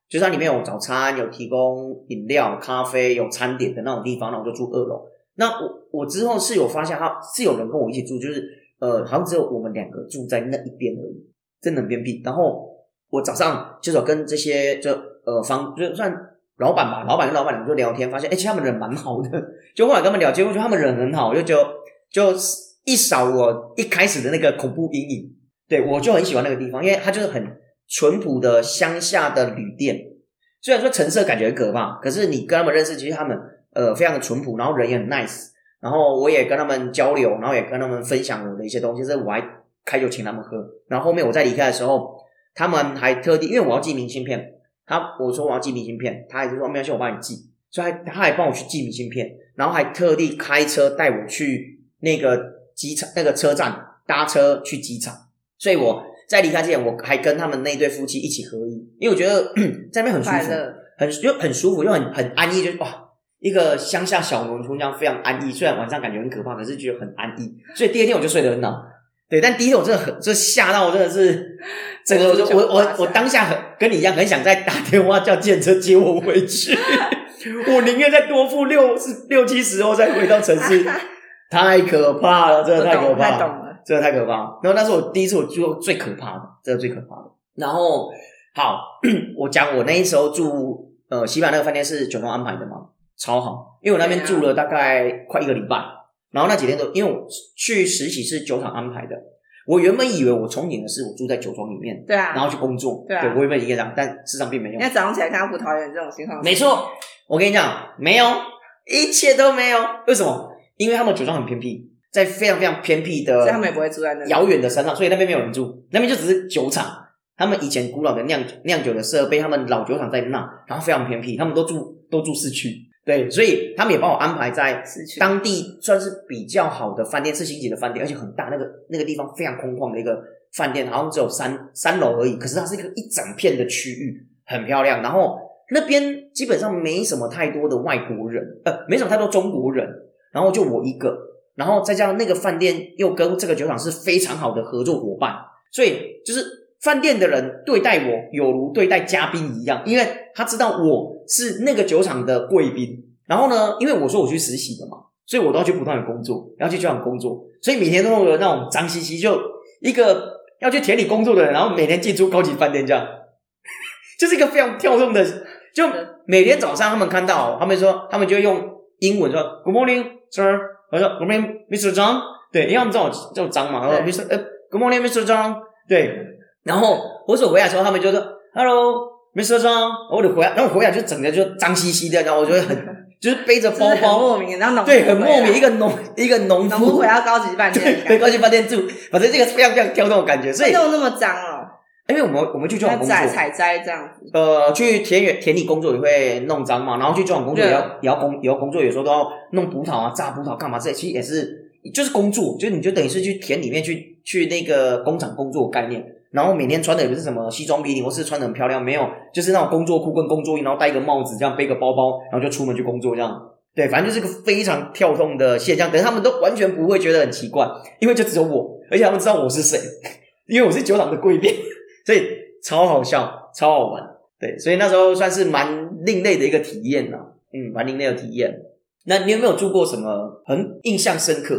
B: 就是它里面有早餐，有提供饮料、咖啡，有餐点的那种地方。那我就住二楼。那我我之后是有发现，他是有人跟我一起住，就是呃，好像只有我们两个住在那一边而已，真的很偏僻。然后我早上就是有跟这些就呃房就算老板吧，老板跟老板娘就聊天，发现哎、其实他们人蛮好的。就后来跟他们聊天，我觉得他们人很好，我就觉得就一扫我一开始的那个恐怖阴影。对我就很喜欢那个地方，因为它就是很淳朴的乡下的旅店。虽然说橙色感觉很可怕，可是你跟他们认识，其实他们呃非常的淳朴，然后人也很 nice。然后我也跟他们交流，然后也跟他们分享我的一些东西，这我还开酒请他们喝。然后后面我在离开的时候，他们还特地因为我要寄明信片，他我说我要寄明信片，他还是说没关系，我帮你寄，所以他他还帮我去寄明信片，然后还特地开车带我去那个机场那个车站搭车去机场。所以我在离开之前，我还跟他们那对夫妻一起合影，因为我觉得 在那边很舒
A: 快
B: 服，
A: 乐，
B: 很就很舒服，又很很安逸，就是哇，一个乡下小农村这样非常安逸。虽然晚上感觉很可怕，可是觉得很安逸，所以第二天我就睡得很好。对，但第一天我真的很，就吓到我真的是，整个我就我我我当下很跟你一样，很想再打电话叫建车接我回去，我宁愿再多付六六七十后再回到 城市，太可怕了，真
A: 我
B: 的太可
A: 懂，
B: 怕
A: 太
B: 了
A: 懂。了。
B: 真的太可怕了。然后那是我第一次我住过最可怕的，真的最可怕的。然后好， 我讲我那时候住呃西班牙那个饭店是九龙安排的嘛，超好，因为我那边
A: 对啊
B: 住了大概快一个礼拜，然后那几天都因为我去实习是酒厂安排的，我原本以为我憧憬的是我住在酒庄里面，
A: 对啊，
B: 然后去工作，
A: 对啊
B: 我原本以为这样，但事实上并没有
A: 因。为早上起来看到葡萄园这种情况，
B: 没错，我跟你讲，没有，一切都没有。为什么？因为他们酒庄很偏僻，在非常非常偏僻的，
A: 所以他们也不会住在那里。
B: 遥远的山上，所以那边没有人住，那边就只是酒厂。他们以前古老的酿酒酿酒的设备，他们老酒厂在那，然后非常偏僻，他们都住都住市区，对，所以他们也帮我安排在
A: 市区，
B: 当地算是比较好的饭店，四星级的饭店，而且很大，那个那个地方非常空旷的一个饭店，好像只有三三楼而已，可是它是一个一整片的区域，很漂亮。然后那边基本上没什么太多的外国人，呃，没什么太多中国人，然后就我一个，然后再加上那个饭店又跟这个酒厂是非常好的合作伙伴，所以就是饭店的人对待我有如对待嘉宾一样，因为他知道我是那个酒厂的贵宾。然后呢，因为我说我去实习的嘛，所以我都要去不断的工作，要去酒厂工作，所以每天都有那种脏兮兮，就一个要去田里工作的人，然后每天进出高级饭店这样， 就是一个非常跳动的。就每天早上他们看到我，他们说他们就用英文说 Good morning, sir，我说 Good morning, Mr. Zhang，对，因为他们知道我叫张嘛，然后
A: 对
B: Mr. 呃 Good morning, Mr. Zhang，对，然后我走回来的时候，他们就说 “Hello, Mr. 张”，我就回来，然后我回来就整个就脏兮兮的，然后我就会很就是背着
A: 就
B: 包
A: 是很
B: 包，
A: 莫名，然后农夫
B: 对，很莫
A: 回来
B: 名，一个农一个农
A: 啊农夫
B: 夫
A: 回，到高级饭店
B: 对，
A: 的感
B: 回
A: 觉，
B: 高级饭店住，反正这个是非常非常跳动的感觉，所以
A: 弄那么脏哦，
B: 因为我们我们去就好
A: 那
B: 工
A: 采
B: 作，
A: 采摘这样子，
B: 呃，去田园田里工作也会弄脏嘛，然后去这种工作也要
A: 对
B: 也要工也要工作，有时候都要弄葡萄啊、榨葡萄干嘛，这其实也是就是工作，就是你就等于是去田里面去去那个工厂工作的概念。然后每天穿的也不是什么西装笔挺，或是穿的很漂亮，没有，就是那种工作裤跟工作衣，然后戴一个帽子，这样背个包包，然后就出门去工作这样。对，反正就是个非常跳动的现象，可是他们都完全不会觉得很奇怪，因为就只有我，而且他们知道我是谁， 因为我是酒厂的贵宾，所以超好笑，超好玩。对，所以那时候算是蛮另类的一个体验啦，嗯，蛮另类的体验。那你有没有住过什么很印象深刻，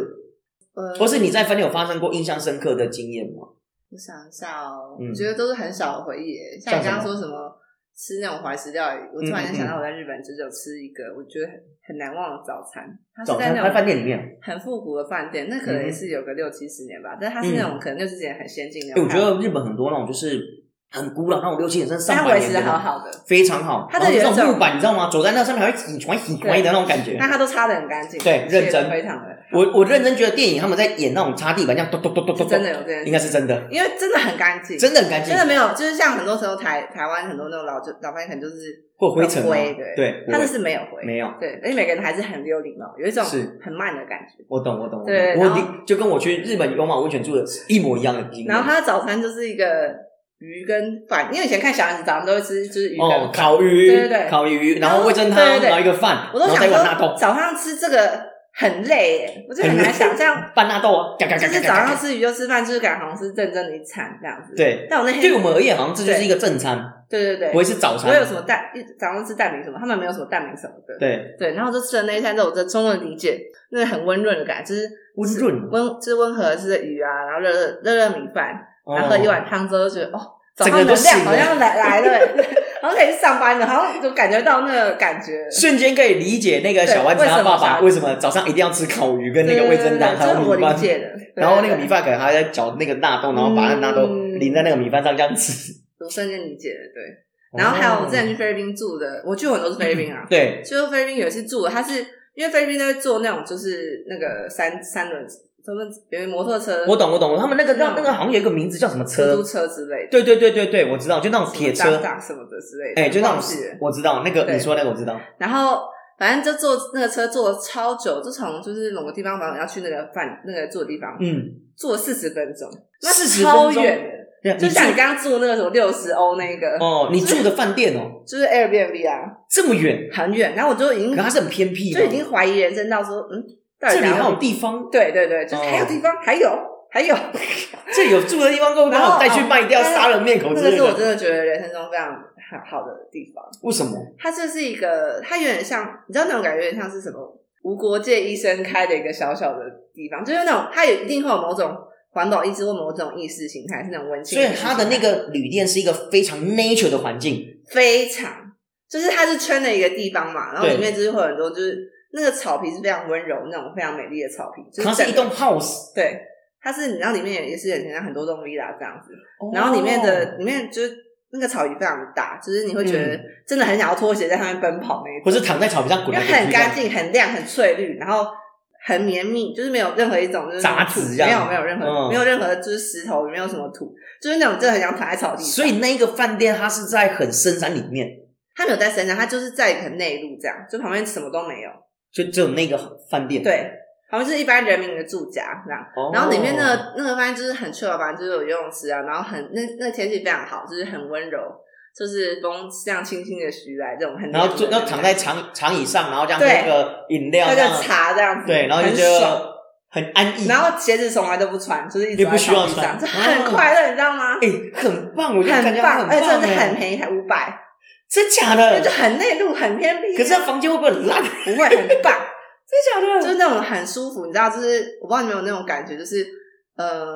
A: 呃
B: 或是你在饭店有发生过印象深刻的经验吗？
A: 我想一下哦，
B: 嗯
A: 我觉得都是很小的回忆耶。像你
B: 像什
A: 刚刚
B: 么嗯
A: 说什么吃那种怀石料理，我突然间想到我在日本只有吃一个我觉得很很难忘的早餐，它是
B: 早
A: 在
B: 餐
A: 那
B: 在
A: 种
B: 饭店里嗯面，
A: 很复古的饭店，那可能也是有个六七十年吧，但它是那种可能六七十年很先进的
B: 哎、
A: 那种
B: 嗯我觉
A: 饭店。
B: 得日本很多那种就是很古老那种六七点甚至
A: 但
B: 上
A: 它维
B: 百
A: 持
B: 年
A: 的
B: 的
A: 好
B: 那种，
A: 好的，
B: 非常好。
A: 它
B: 然后
A: 的
B: 这
A: 原
B: 种
A: 料
B: 木板你知道吗？走在那上面还会喜欢喜欢的那种感觉
A: 那。它都擦的很干净，
B: 对认真
A: 切得非常的，
B: 我我认真觉得电影他们在演那种擦地板这样咚咚咚咚
A: 是
B: 咚，
A: 真的有这件
B: 应
A: 事，
B: 该是真的，
A: 因为真的很干净，
B: 真的很干净
A: 真，的没有，就是像很多时候台台湾很多那种老就老饭店，可能就是
B: 会有灰尘吗哦
A: 灰对
B: 对，
A: 它的
B: 不会
A: 是没有灰，
B: 没有。
A: 对，而且每个人还是很有礼貌，有一种
B: 是
A: 很慢的感觉。
B: 我懂，我懂，我懂
A: 对。
B: 我
A: 然后
B: 的就跟我去日本有马温泉住的一模一样的经历。
A: 然后他的早餐就是一个鱼跟饭，因为以前看小孩子早上都会吃就是鱼跟
B: 哦，
A: 饭，
B: 烤鱼，
A: 对对对
B: 烤鱼，然
A: 然
B: 后
A: 后
B: 味噌
A: 对对
B: 汤，
A: 对
B: 然后一个饭，
A: 我都
B: 然后
A: 想
B: 再一碗纳
A: 说
B: 豆，
A: 早上吃这个很累耶，我就很难想 象，
B: 拌纳豆啊，嘎嘎
A: 就
B: 嘎嘎
A: 是
B: 嘎
A: 早
B: 嘎
A: 上
B: 嘎。
A: 吃鱼就吃饭，就是感觉好像是认真的一餐这样子。，
B: 对，
A: 但我那天
B: 对我们而言，好像这就是一个正餐，
A: 对对对，
B: 不会是早餐
A: 我。有什么蛋，一早上吃蛋饼什么，他们没有什么蛋饼什么的。
B: 对，
A: 对，然后我就吃了那一餐之后，我的中文理解那个很温润的感觉，就是
B: 温润
A: 温就是温和吃的鱼啊，然后热热热热米饭，然后喝一碗汤之后，就觉得哦，早
B: 整
A: 上
B: 个
A: 能
B: 都
A: 量
B: 醒了
A: 好像来来了， 好像可以去上班了，好像就感觉到那个感觉。
B: 瞬间可以理解那个小丸子
A: 对为
B: 他
A: 什么
B: 爸
A: 小
B: 爸
A: 丸子
B: 为什么早上一定要吃烤鱼跟那个味噌汤
A: 对对对对
B: 还
A: 这是我
B: 有米
A: 理
B: 饭，
A: 解的。对
B: 然后那个米，
A: 对对
B: 饭可能还在搅那个纳豆，然后把那纳豆
A: 嗯
B: 淋在那个米饭上这样吃。
A: 对我瞬间理解了，对。嗯然
B: 哦
A: 后还有我之前去菲律宾住的，我去过很多次菲律宾啊，
B: 对
A: 就是菲律宾有一次住的，它是因为菲律宾都会坐那种就是那个三三轮，他们有一个摩托车、
B: 我懂我懂，他们那个那那个好像有一个名字叫什么
A: 出
B: 车
A: 租？车之类的，
B: 对对对对对，我知道，就那种铁
A: 什么
B: 车
A: 搭，档什么的之类的，
B: 哎、就那
A: 忘
B: 种
A: 记了，
B: 我知道那个
A: 对
B: 你说那个我知道，
A: 然后反正就坐那个车坐了超久，就从就是某个地方，反正要去那个饭那个住的地方，
B: 嗯，
A: 坐四十分钟，那是
B: 40
A: 超
B: 分钟
A: 远的，就
B: 你住
A: 像你刚刚住那个什么六十欧那个，
B: 哦，你住的饭店哦，
A: 就是 Airbnb 啊，
B: 这么远，
A: 很远。然后我就已经
B: 可它是很偏僻吗，哦
A: 就已经怀疑人生到说，嗯，到底
B: 这里
A: 哪
B: 还有地方，
A: 对对对，就是
B: 哦
A: 还有地方，还有还有，
B: 这里有住的地 方，够
A: 然后
B: 把我带去卖掉，
A: 哦
B: 杀人灭口
A: 那
B: 之
A: 个
B: 类
A: 是我
B: 的。
A: 真的觉得人生中非常好好的地方。
B: 为什么？
A: 它这是一个，它有点像，你知道那种感觉，有点像是什么无国界医生开的一个小小的地方，就是那种它有一定会有某种环保意识或某种意识形态，是那种文青
B: 所
A: 意
B: 以
A: 识形态。
B: 它的那个旅店是一个非常 nature 的环境，
A: 非常，就是它是圈的一个地方嘛，然后
B: 对
A: 里面就是会有很多就是那个草皮是非常温柔那种非常美丽的草皮，就是
B: 它是一
A: 整个
B: 栋 house，
A: 对，它是你知道里面也也是很像很多栋 villa 这样子，然后里面
B: 哦
A: 的里面就是。那个草皮非常大，就是你会觉得真的很想要脱鞋在上面奔跑那一种。
B: 嗯不是躺在草皮上
A: 因
B: 滚
A: 为
B: 来滚去，
A: 很干，净、很亮、很翠绿，然后很绵密，就是没有任何一种就是
B: 杂
A: 土
B: 质这
A: 没有
B: 样
A: 没有任何、
B: 嗯
A: 没有任何就是石头，没有什么土，就是那种真的很想躺在草地上。
B: 所以那个饭店它是在很深山里面，
A: 它没有在山上，它就是在很内陆这样，就旁边什么都没有。
B: 就只有那个饭店。，
A: 对，旁边就是一般人民的住家这样。
B: 哦、
A: 然后里面那个那个饭店就是很 chill 的饭店，就是有游泳池啊，然后很那那天气非常好，就是很温柔，就是风这样轻轻的徐来，这种很
B: 然后
A: 就
B: 就要躺在长长椅上，然后这样喝
A: 对
B: 那个饮料，
A: 那
B: 这样
A: 个茶这样子，
B: 对，然后就
A: 很
B: 觉
A: 爽
B: 得很安逸，
A: 然后鞋子从来都不穿，就是一直
B: 也不需要
A: 在草地上
B: 穿
A: 这很快乐，你知道吗？
B: 哎、很 棒，我觉得感
A: 很
B: 觉
A: 棒，
B: 很
A: 而且
B: 棒
A: 真的
B: 哎
A: 很便宜，才五 百，
B: 真假
A: 那就
B: 的？
A: 很内陆，很偏僻啊。
B: 可是他房间会不会很烂？
A: 不会很棒，
B: 真
A: 就
B: 的？
A: 是那种很舒服，你知道，就是我不知道你有没有那种感觉，就是呃，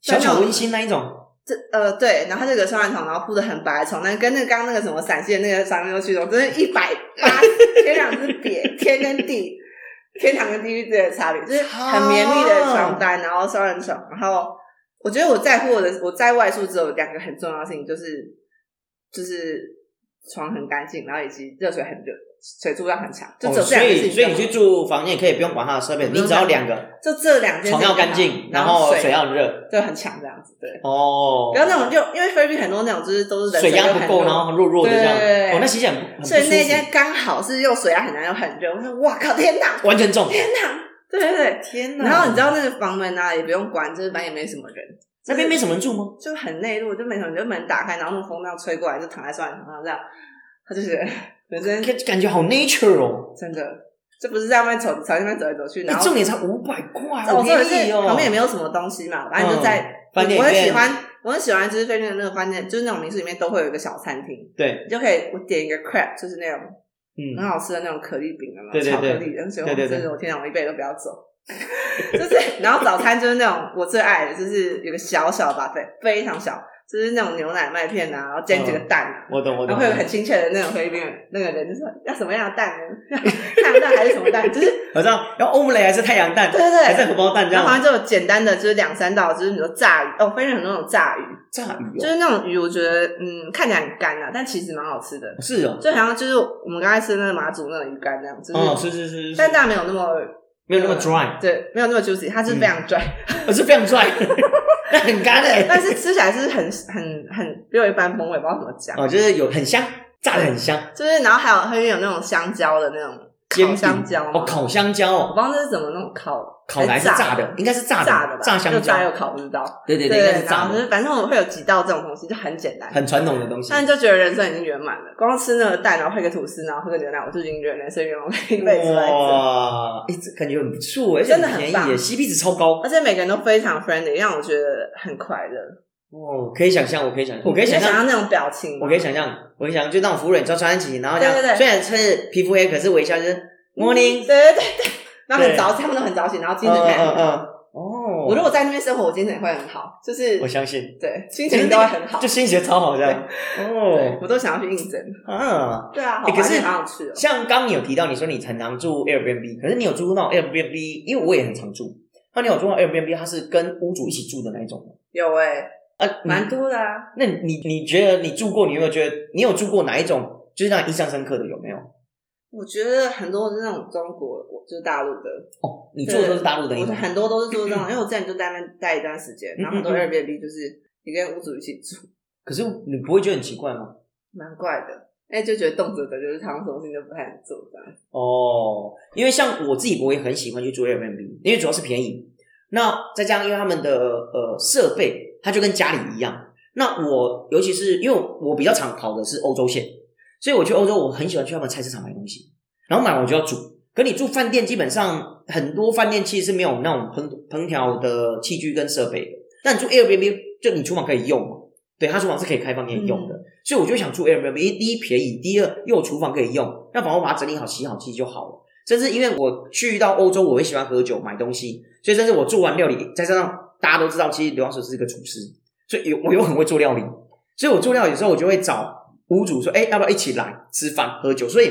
B: 小巧温
A: 馨，
B: 馨那一种，
A: 这呃对，然后它这个双人床，然后铺的很白的床单，跟那个刚刚那个什么陕西的那个商业区床，真是一百八天壤之别，天跟地，天堂跟地狱之间的差别，就是很绵密的床单，然后双人床，然后我觉得我在乎我的我在外宿之后，两个很重要的事情就是就是床很干净，然后以及热水很热，水柱要很强，就只
B: 哦、
A: 有这
B: 所
A: 两件事
B: 以
A: 情
B: 所
A: 就好、
B: 以你去住房间也可以不用管它的设备，
A: 不
B: 你
A: 用
B: 只要两个，
A: 就这两件事情
B: 床
A: 就
B: 要
A: 好
B: 干净，
A: 然
B: 然后
A: 水
B: 水要热。
A: 就很强这样子，对。
B: 哦
A: 不，要那种就因为菲律宾很多那种就是都是人
B: 水
A: 又
B: 压
A: 很
B: 不够，
A: 弱
B: 然后弱弱的这
A: 对对对
B: 样。
A: 对
B: 哦，那其实很很不
A: 所以那
B: 舒服
A: 间刚好是又水压很难又很热，我说哇靠，天堂，
B: 完全中。
A: 天堂，对对对。
B: 天
A: 然后你知道那个房门啊，也不用管，就是反正也没什么人，
B: 那边没什么人住吗？
A: 就很内陆，就没什么人，就门打开，然后那种风那样吹过来，就躺在双人床上这样，他就是 人生
B: 感感觉好 nature 哦，
A: 真的，这不是在外面走，朝那边走来走去，然
B: 哎
A: 后
B: 重点才五百块，好
A: 我说的
B: 便宜
A: 是嗯
B: 哦。
A: 旁边也没有什么东西嘛，反正就在。我
B: 嗯饭店里
A: 我很喜
B: 面
A: 欢，我很喜欢，就是菲律宾的那个饭店，就是那种民宿里面都会有一个小餐厅，
B: 对，
A: 你就可以我点一个 crab，就是那种很
B: 嗯，
A: 好吃的那种可丽饼，有没有？啊
B: 对对
A: 巧克
B: 对
A: 力，然后觉得
B: 对对对
A: 真的，我天哪，我一辈子都不要走。 就是然后早餐就是那种我最爱的，就是有个小小的 buffet，非常小，就是那种牛奶麦片啊，然后煎几个蛋啊，
B: 我嗯懂我
A: 然
B: 懂
A: 后会。有很亲切的那种菲律宾人那个人，就说要什么样的蛋呢？ 太阳蛋还是什么蛋？就是
B: 我知道，然后欧姆雷还是太阳蛋，
A: 对对
B: 还是
A: 对。
B: 荷包蛋这
A: 然后好
B: 样。
A: 像就有简单的，就是两三道，就是比如说炸鱼哦，非常有那种炸鱼，
B: 炸鱼
A: 就
B: 哦，
A: 是那种鱼，我觉得嗯看起来很干啊，但其实蛮好吃的，
B: 是哦，
A: 就好像就是我们刚才吃的那个马祖那种鱼干那样，就是、
B: 哦，是是是是，
A: 但
B: 是
A: 当然没有那么
B: 没有那么 dry，
A: 对，没有那么 juicy，它是非
B: 嗯
A: 常 dry，、
B: 我是非常 dry，那 很干哎。
A: 但是吃起来是很很很没有一般风味，不知道怎么讲，
B: 哦，就是有很香，炸的很香，
A: 就是然后还有还有那种香蕉的那种
B: 煎
A: 烤
B: 饼
A: 香蕉嘛
B: 哦，烤香蕉
A: 我
B: 哦，
A: 不知道那是怎么弄烤
B: 烤的还是炸的，应该是炸的，
A: 炸的吧，
B: 炸香
A: 又炸
B: 蕉
A: 又，烤，不知道。
B: 对对
A: 对
B: 对，应该是
A: 然
B: 炸
A: 后就
B: 的，
A: 是反正我会有几道这种东西，就很简单。
B: 很传统的东西。
A: 但就觉得人生已经圆满了，光吃那个蛋，然后配个吐司，然后喝个牛奶，我就已经觉得人生圆满了一辈子来着。
B: 哇，哎，这感觉很不错，而且
A: 真的很
B: 便宜
A: 棒
B: 耶，CP 值超高
A: 而且每个人都非常 friendly，让我觉得很快乐。
B: 哦，可以想象，我可以想，我可以
A: 你
B: 想
A: 想
B: 象。
A: 象那种表情吗，
B: 我可以想象，我可以想象，就那种服务人就穿得起，然后这样，
A: 对对对
B: 虽然是皮肤黑，可是微笑就是 morning，
A: 对对对对，然后很
B: 对
A: 早，他们都很早起，然后精
B: 嗯
A: 神
B: 嗯
A: 也很
B: 嗯，
A: 好。
B: 嗯哦，
A: 我如果在那边生活，我精神也会很好，就是
B: 我相信，
A: 对心情都会很好
B: 就，心情超好这样，
A: 对
B: 哦
A: 我都想要去应征。
B: 啊，
A: 对啊，好
B: 欸
A: 玩
B: 可是
A: 好想去哦。
B: 像刚刚你有提到，你说你常常住 Airbnb，可是你有住那种 Airbnb，因为我也很常住。那你有住到 Airbnb，它是跟屋主一起住的那一种吗？
A: 有哎，
B: 啊，你
A: 蛮多的啊。
B: 那你你觉得你住过，你有没有觉得你有住过哪一种就是让你印象深刻的有没有？
A: 我觉得很多是那种中国，我就是大陆的，
B: 哦，你住的都是大陆的那
A: 我
B: 一种，
A: 很多都是做 这种，因为我之前就在那边待一段时间，然后很多
B: 嗯嗯嗯
A: Airbnb 就是你跟屋主一起住，
B: 可是你不会觉得很奇怪吗？
A: 蛮怪的。哎，就觉得动辄的就是他们什么事情都不太能做这样。
B: 哦，因为像我自己，我也很喜欢去住 Airbnb，因为主要是便宜。那再加上因为他们的呃设备，它就跟家里一样。那我尤其是因为我比较常跑的是欧洲线，所以我去欧洲，我很喜欢去他们菜市场买东西，然后买完我就要煮。可你住饭店，基本上很多饭店其实是没有那种烹烹调的器具跟设备的。但你住 Airbnb，就你厨房可以用嘛？对，它厨房是可以开放给你用的。所以我就想住 Airbnb，因为第一便宜，第二又有厨房可以用，那房我把它整理好、洗好其实就好了。甚至因为我去到欧洲，我会喜欢喝酒、买东西，所以甚至我做完料理，再加上大家都知道，其实刘老师是一个厨师，所以有我又很会做料理，所以我做料理的时候，我就会找屋主说：“哎、要不要一起来吃饭喝酒？”所以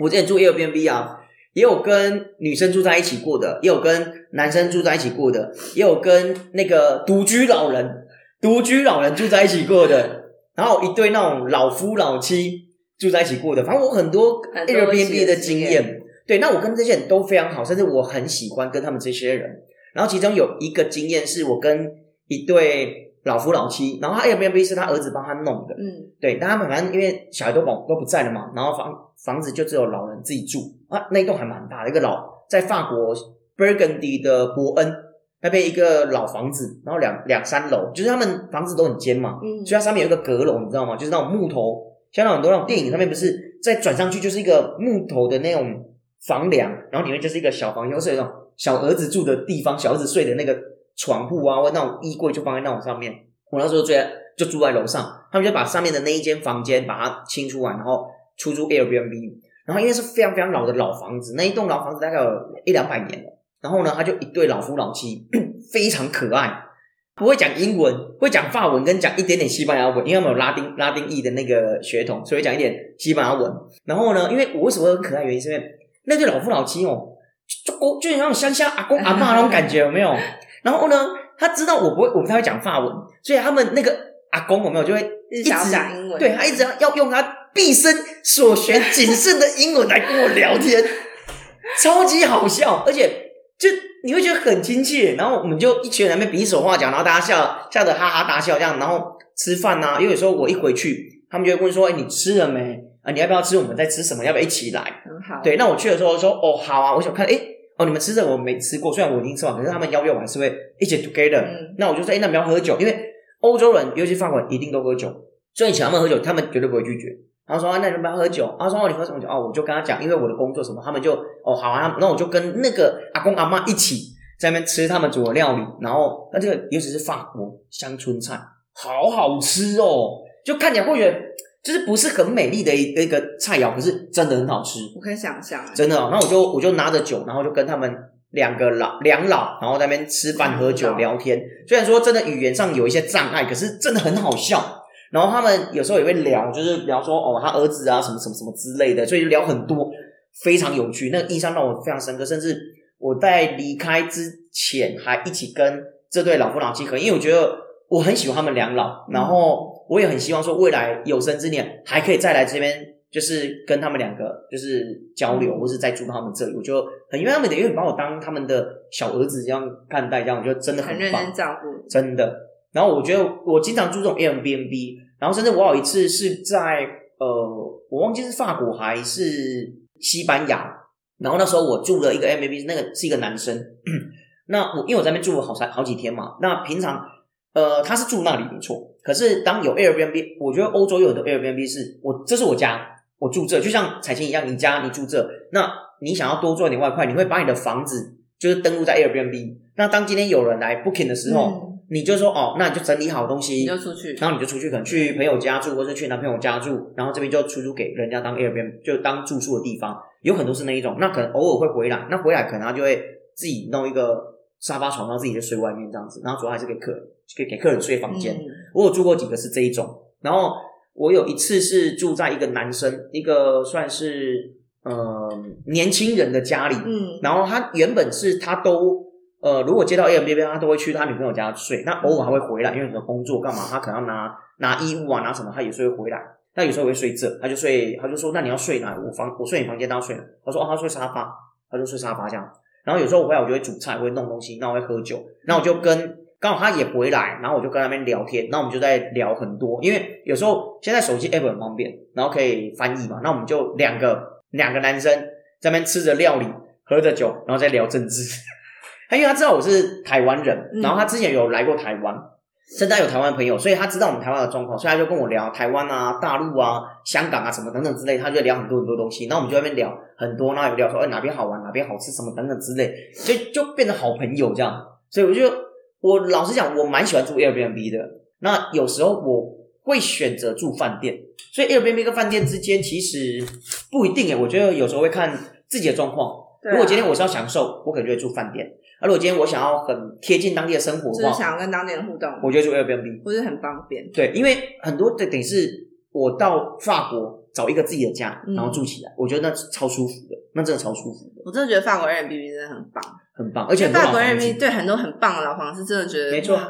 B: 我之前住 Airbnb 啊，也有跟女生住在一起过的，也有跟男生住在一起过的，也有跟那个独居老人、独居老人住在一起 过的，然后一对那种老夫老妻住在一起过的。反正我很多
A: 很多一起
B: Airbnb
A: 的
B: 的
A: 经
B: 经
A: 验
B: 验，对，那我跟这些人都非常好，甚至我很喜欢跟他们这些人。然后其中有一个经验是我跟一对老夫老妻，然后他 Airbnb 是他儿子帮他弄的，
A: 嗯，
B: 对，但他们反正因为小孩都保都不在了嘛，然后房房子就只有老人自己住啊，那一栋还蛮大的，一个老在法国 Burgundy 的伯恩那边一个老房子，然后两两三楼，就是他们房子都很尖嘛，
A: 嗯
B: 所以它上面有一个阁楼，你知道吗？就是那种木头，像那种很多那种电影上面不是再转上去就是一个木头的那种房梁，然后里面就是一个小房间，或是有那种小儿子住的地方，小儿子睡的那个床铺啊，或那种衣柜就放在那种上面。我那时候住在就住在楼上，他们就把上面的那一间房间把它清出来，然后出租 Airbnb。然后因为是非常非常老的老房子，那一栋老房子大概有一两百年了。然后呢，他就一对老夫老妻， 非常可爱，不会讲英文，会讲法文跟讲一点点西班牙文，因为他们有拉丁拉丁裔的那个血统，所以讲一点西班牙文。然后呢，因为我为什么会很可爱，原因是因为那对老夫老妻哦，就就就像乡下阿公阿妈那种感觉，有没有？然后呢，他知道我不会，我不太会讲法文，所以他们那个阿公有没有就会
A: 一直
B: 一直
A: 想要讲英文，
B: 对他一直要要用他毕生所学仅剩的英文来跟我 聊天，超级好笑，而且就你会觉得很亲切。然后我们就一群人在那边比手画脚，然后大家笑笑得哈哈大笑这样，然后吃饭呐、因为有时候我一回去，他们就会问说：“哎、你吃了没？啊，你要不要吃？我们在吃什么？要不要一起来？”
A: 很好。
B: 对，那我去的时候说哦好啊，我想看，哎、哦你们吃的我没吃过，虽然我已经吃完，可是他们邀约我还是会一起 together、
A: 嗯
B: 那我就说，哎、那我们要喝酒，因为欧洲人尤其法国人一定都喝酒，所以你请他们喝酒，他们绝对不会拒绝。然后说、啊、那你们要喝酒，他、啊、说哦你喝什么酒？哦我就跟他讲，因为我的工作什么，他们就哦好啊，那我就跟那个阿公阿妈一起在那边吃他们煮的料理，然后那这个尤其是法国乡村菜，好好吃哦，就看起来会觉得就是不是很美丽的一一个菜肴，可是真的很好吃。
A: 我可以想象，
B: 真的、哦。然后我就我就拿着酒，然后就跟他们两个老两老，然后在那边吃饭、喝酒、聊天。虽然说真的语言上有一些障碍，可是真的很好笑。然后他们有时候也会聊，就是聊说哦，他儿子啊，什么什么什么之类的，所以聊很多，非常有趣。那个印象让我非常深刻，甚至我在离开之前还一起跟这对老夫老妻合影，因为我觉得我很喜欢他们两老，然后我也很希望说未来有生之年还可以再来这边就是跟他们两个就是交
A: 嗯
B: 流，或是再住到他们这里，我就很因为他们等于把我当他们的小儿子这样看待，这样我觉得真的
A: 很
B: 很
A: 认
B: 棒，
A: 真照顾。
B: 真的。然后我觉得我经常住这种 Airbnb，然后甚至我有一次是在呃，我忘记是法国还是西班牙，然后那时候我住了一个 Airbnb，那个是一个男生。 那我因为我在那边住了好三好几天嘛，那平常呃他是住那里没错，可是当有 Airbnb，我觉得欧洲有很多 Airbnb 是我这是我家，我住这，就像彩琴一样，你家你住这，那你想要多赚点外快，你会把你的房子就是登录在 Airbnb。那当今天有人来 booking 的时候，
A: 嗯
B: 你就说哦，那你就整理好东西
A: 你，就出去，
B: 然后你就出去，可能去朋友家住，或是去男朋友家住，然后这边就出租给人家当 Airbnb，就当住宿的地方，有很多是那一种。那可能偶尔会回来，那回来可能他就会自己弄一个沙发床，然后自己就睡外面这样子，然后主要还是给客人给给客人睡房间。
A: 嗯
B: 我有住过几个是这一种，然后我有一次是住在一个男生，一个算是呃年轻人的家里，
A: 嗯，
B: 然后他原本是他都呃，如果接到 A M B B，他都会去他女朋友家睡，那偶尔还会回来，因为可能工作干嘛，他可能要拿拿衣物啊，拿什么，他有时候会回来。那有时候会睡这，他就睡，他就说：“那你要睡哪？我房我睡你房间，他要睡哪？”他说：“哦，他睡沙发，他就睡沙发这样。”然后有时候我回来，我就会煮菜，我会弄东西，那我会喝酒，那我就跟刚好他也回来，然后我就跟他们聊天，那我们就在聊很多，因为有时候现在手机 app 很方便，然后可以翻译嘛，那我们就两个两个男生在那边吃着料理，喝着酒，然后再聊政治。 他因为他知道我是台湾人，
A: 嗯
B: 然后他之前有来过台湾，甚至他有台湾朋友，所以他知道我们台湾的状况，所以他就跟我聊台湾啊、大陆啊、香港啊什么等等之类，他就聊很多很多东西。那我们就在那边聊很多，然后有聊说哎哪边好玩、哪边好吃什么等等之类，所以就变成好朋友这样。所以我就我老实讲，我蛮喜欢住 Airbnb 的。那有时候我会选择住饭店，所以 Airbnb 跟饭店之间其实不一定欸诶，我觉得有时候会看自己的状况。
A: 对啊
B: 如果今天我是要享受，我可能就会住饭店；而如果今天我想要很贴近当地的生活
A: 就
B: 的
A: 是
B: 话，
A: 想要跟当地人互动，
B: 我就会住 Airbnb。
A: 不是很方便。
B: 对，因为很多的等于是我到法国找一个自己的家，
A: 嗯
B: 然后住起来，我觉得那是超舒服的，那真的超舒服的，
A: 我真的觉得法国 Airbnb 真的很棒，
B: 很棒。而且很多
A: 法国
B: 老房
A: Airbnb
B: 子
A: 对很多很棒的老房是真的觉得
B: 没错
A: 哇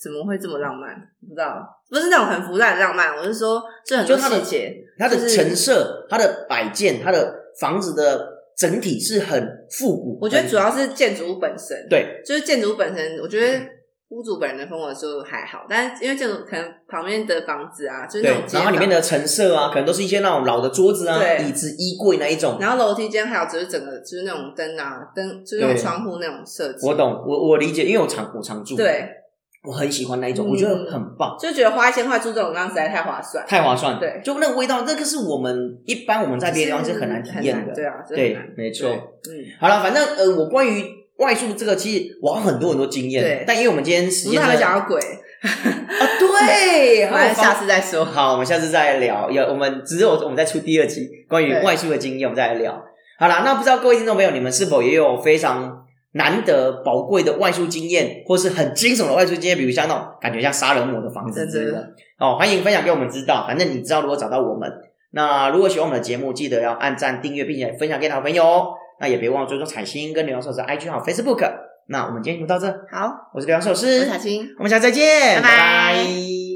A: 怎么会这么浪漫？不知道，不是那种很腐烂的浪漫，我是说，就很多
B: 就它的
A: 细节，
B: 它的
A: 就是
B: 陈设、它的摆件、它的房子的整体是很复古。
A: 我觉得
B: 很
A: 主要是建筑物本身，
B: 对
A: 就是建筑物本身，我觉得屋主本人的风格就还好，但是因为建筑可能旁边的房子啊，就是那
B: 对
A: 种，街
B: 然后里面的陈设啊，可能都是一些那种老的桌子啊、
A: 对
B: 椅子、衣柜那一种
A: 道，。然后楼梯间还有就是整个就是那种灯啊，灯就是那种
B: 对
A: 窗户那种设计，
B: 我懂，我我理解，因为我常我常住，，
A: 对，
B: 我很喜欢那一种，
A: 嗯
B: 我觉得很棒。
A: 就觉得花一千块住这种地方实在太划算，
B: 太划算了，
A: 对
B: 就那个味道，那个是我们一般我们在别的地方是很难体验的，
A: 对啊，真的很
B: 对
A: 难，
B: 没
A: 对
B: 错。
A: 嗯。
B: 好了，反正呃，我关于外宿这个，其实我有很多很多经验
A: 对，
B: 但因为我们今天时
A: 我们
B: 间
A: 还没
B: 真的
A: 讲到鬼，
B: 啊， 对，还
A: 来
B: 有
A: 下
B: 房
A: 次再说。
B: 好，我们下次再聊。有我们只有我们再出第二集关于
A: 对
B: 外宿的经验，我们再来聊。好啦，那不知道各位听众朋友，你们是否也有非常难得宝贵的外宿经验，或是很惊悚的外宿经验，比如像那种感觉像杀人魔的房子之类
A: 真
B: 的
A: 的？
B: 哦，欢迎分享给我们知道。反正你知道如何找到我们。那如果喜欢我们的节目，记得要按赞、订阅，并且分享给你的好朋友哦。那也别忘了追踪彩星跟刘洋寿司的 IG 号 Facebook。那我们今天就到这，
A: 好，
B: 我是刘洋寿
A: 我
B: 司
A: 是，彩青。
B: 我们下次再见，
A: 拜拜
B: 拜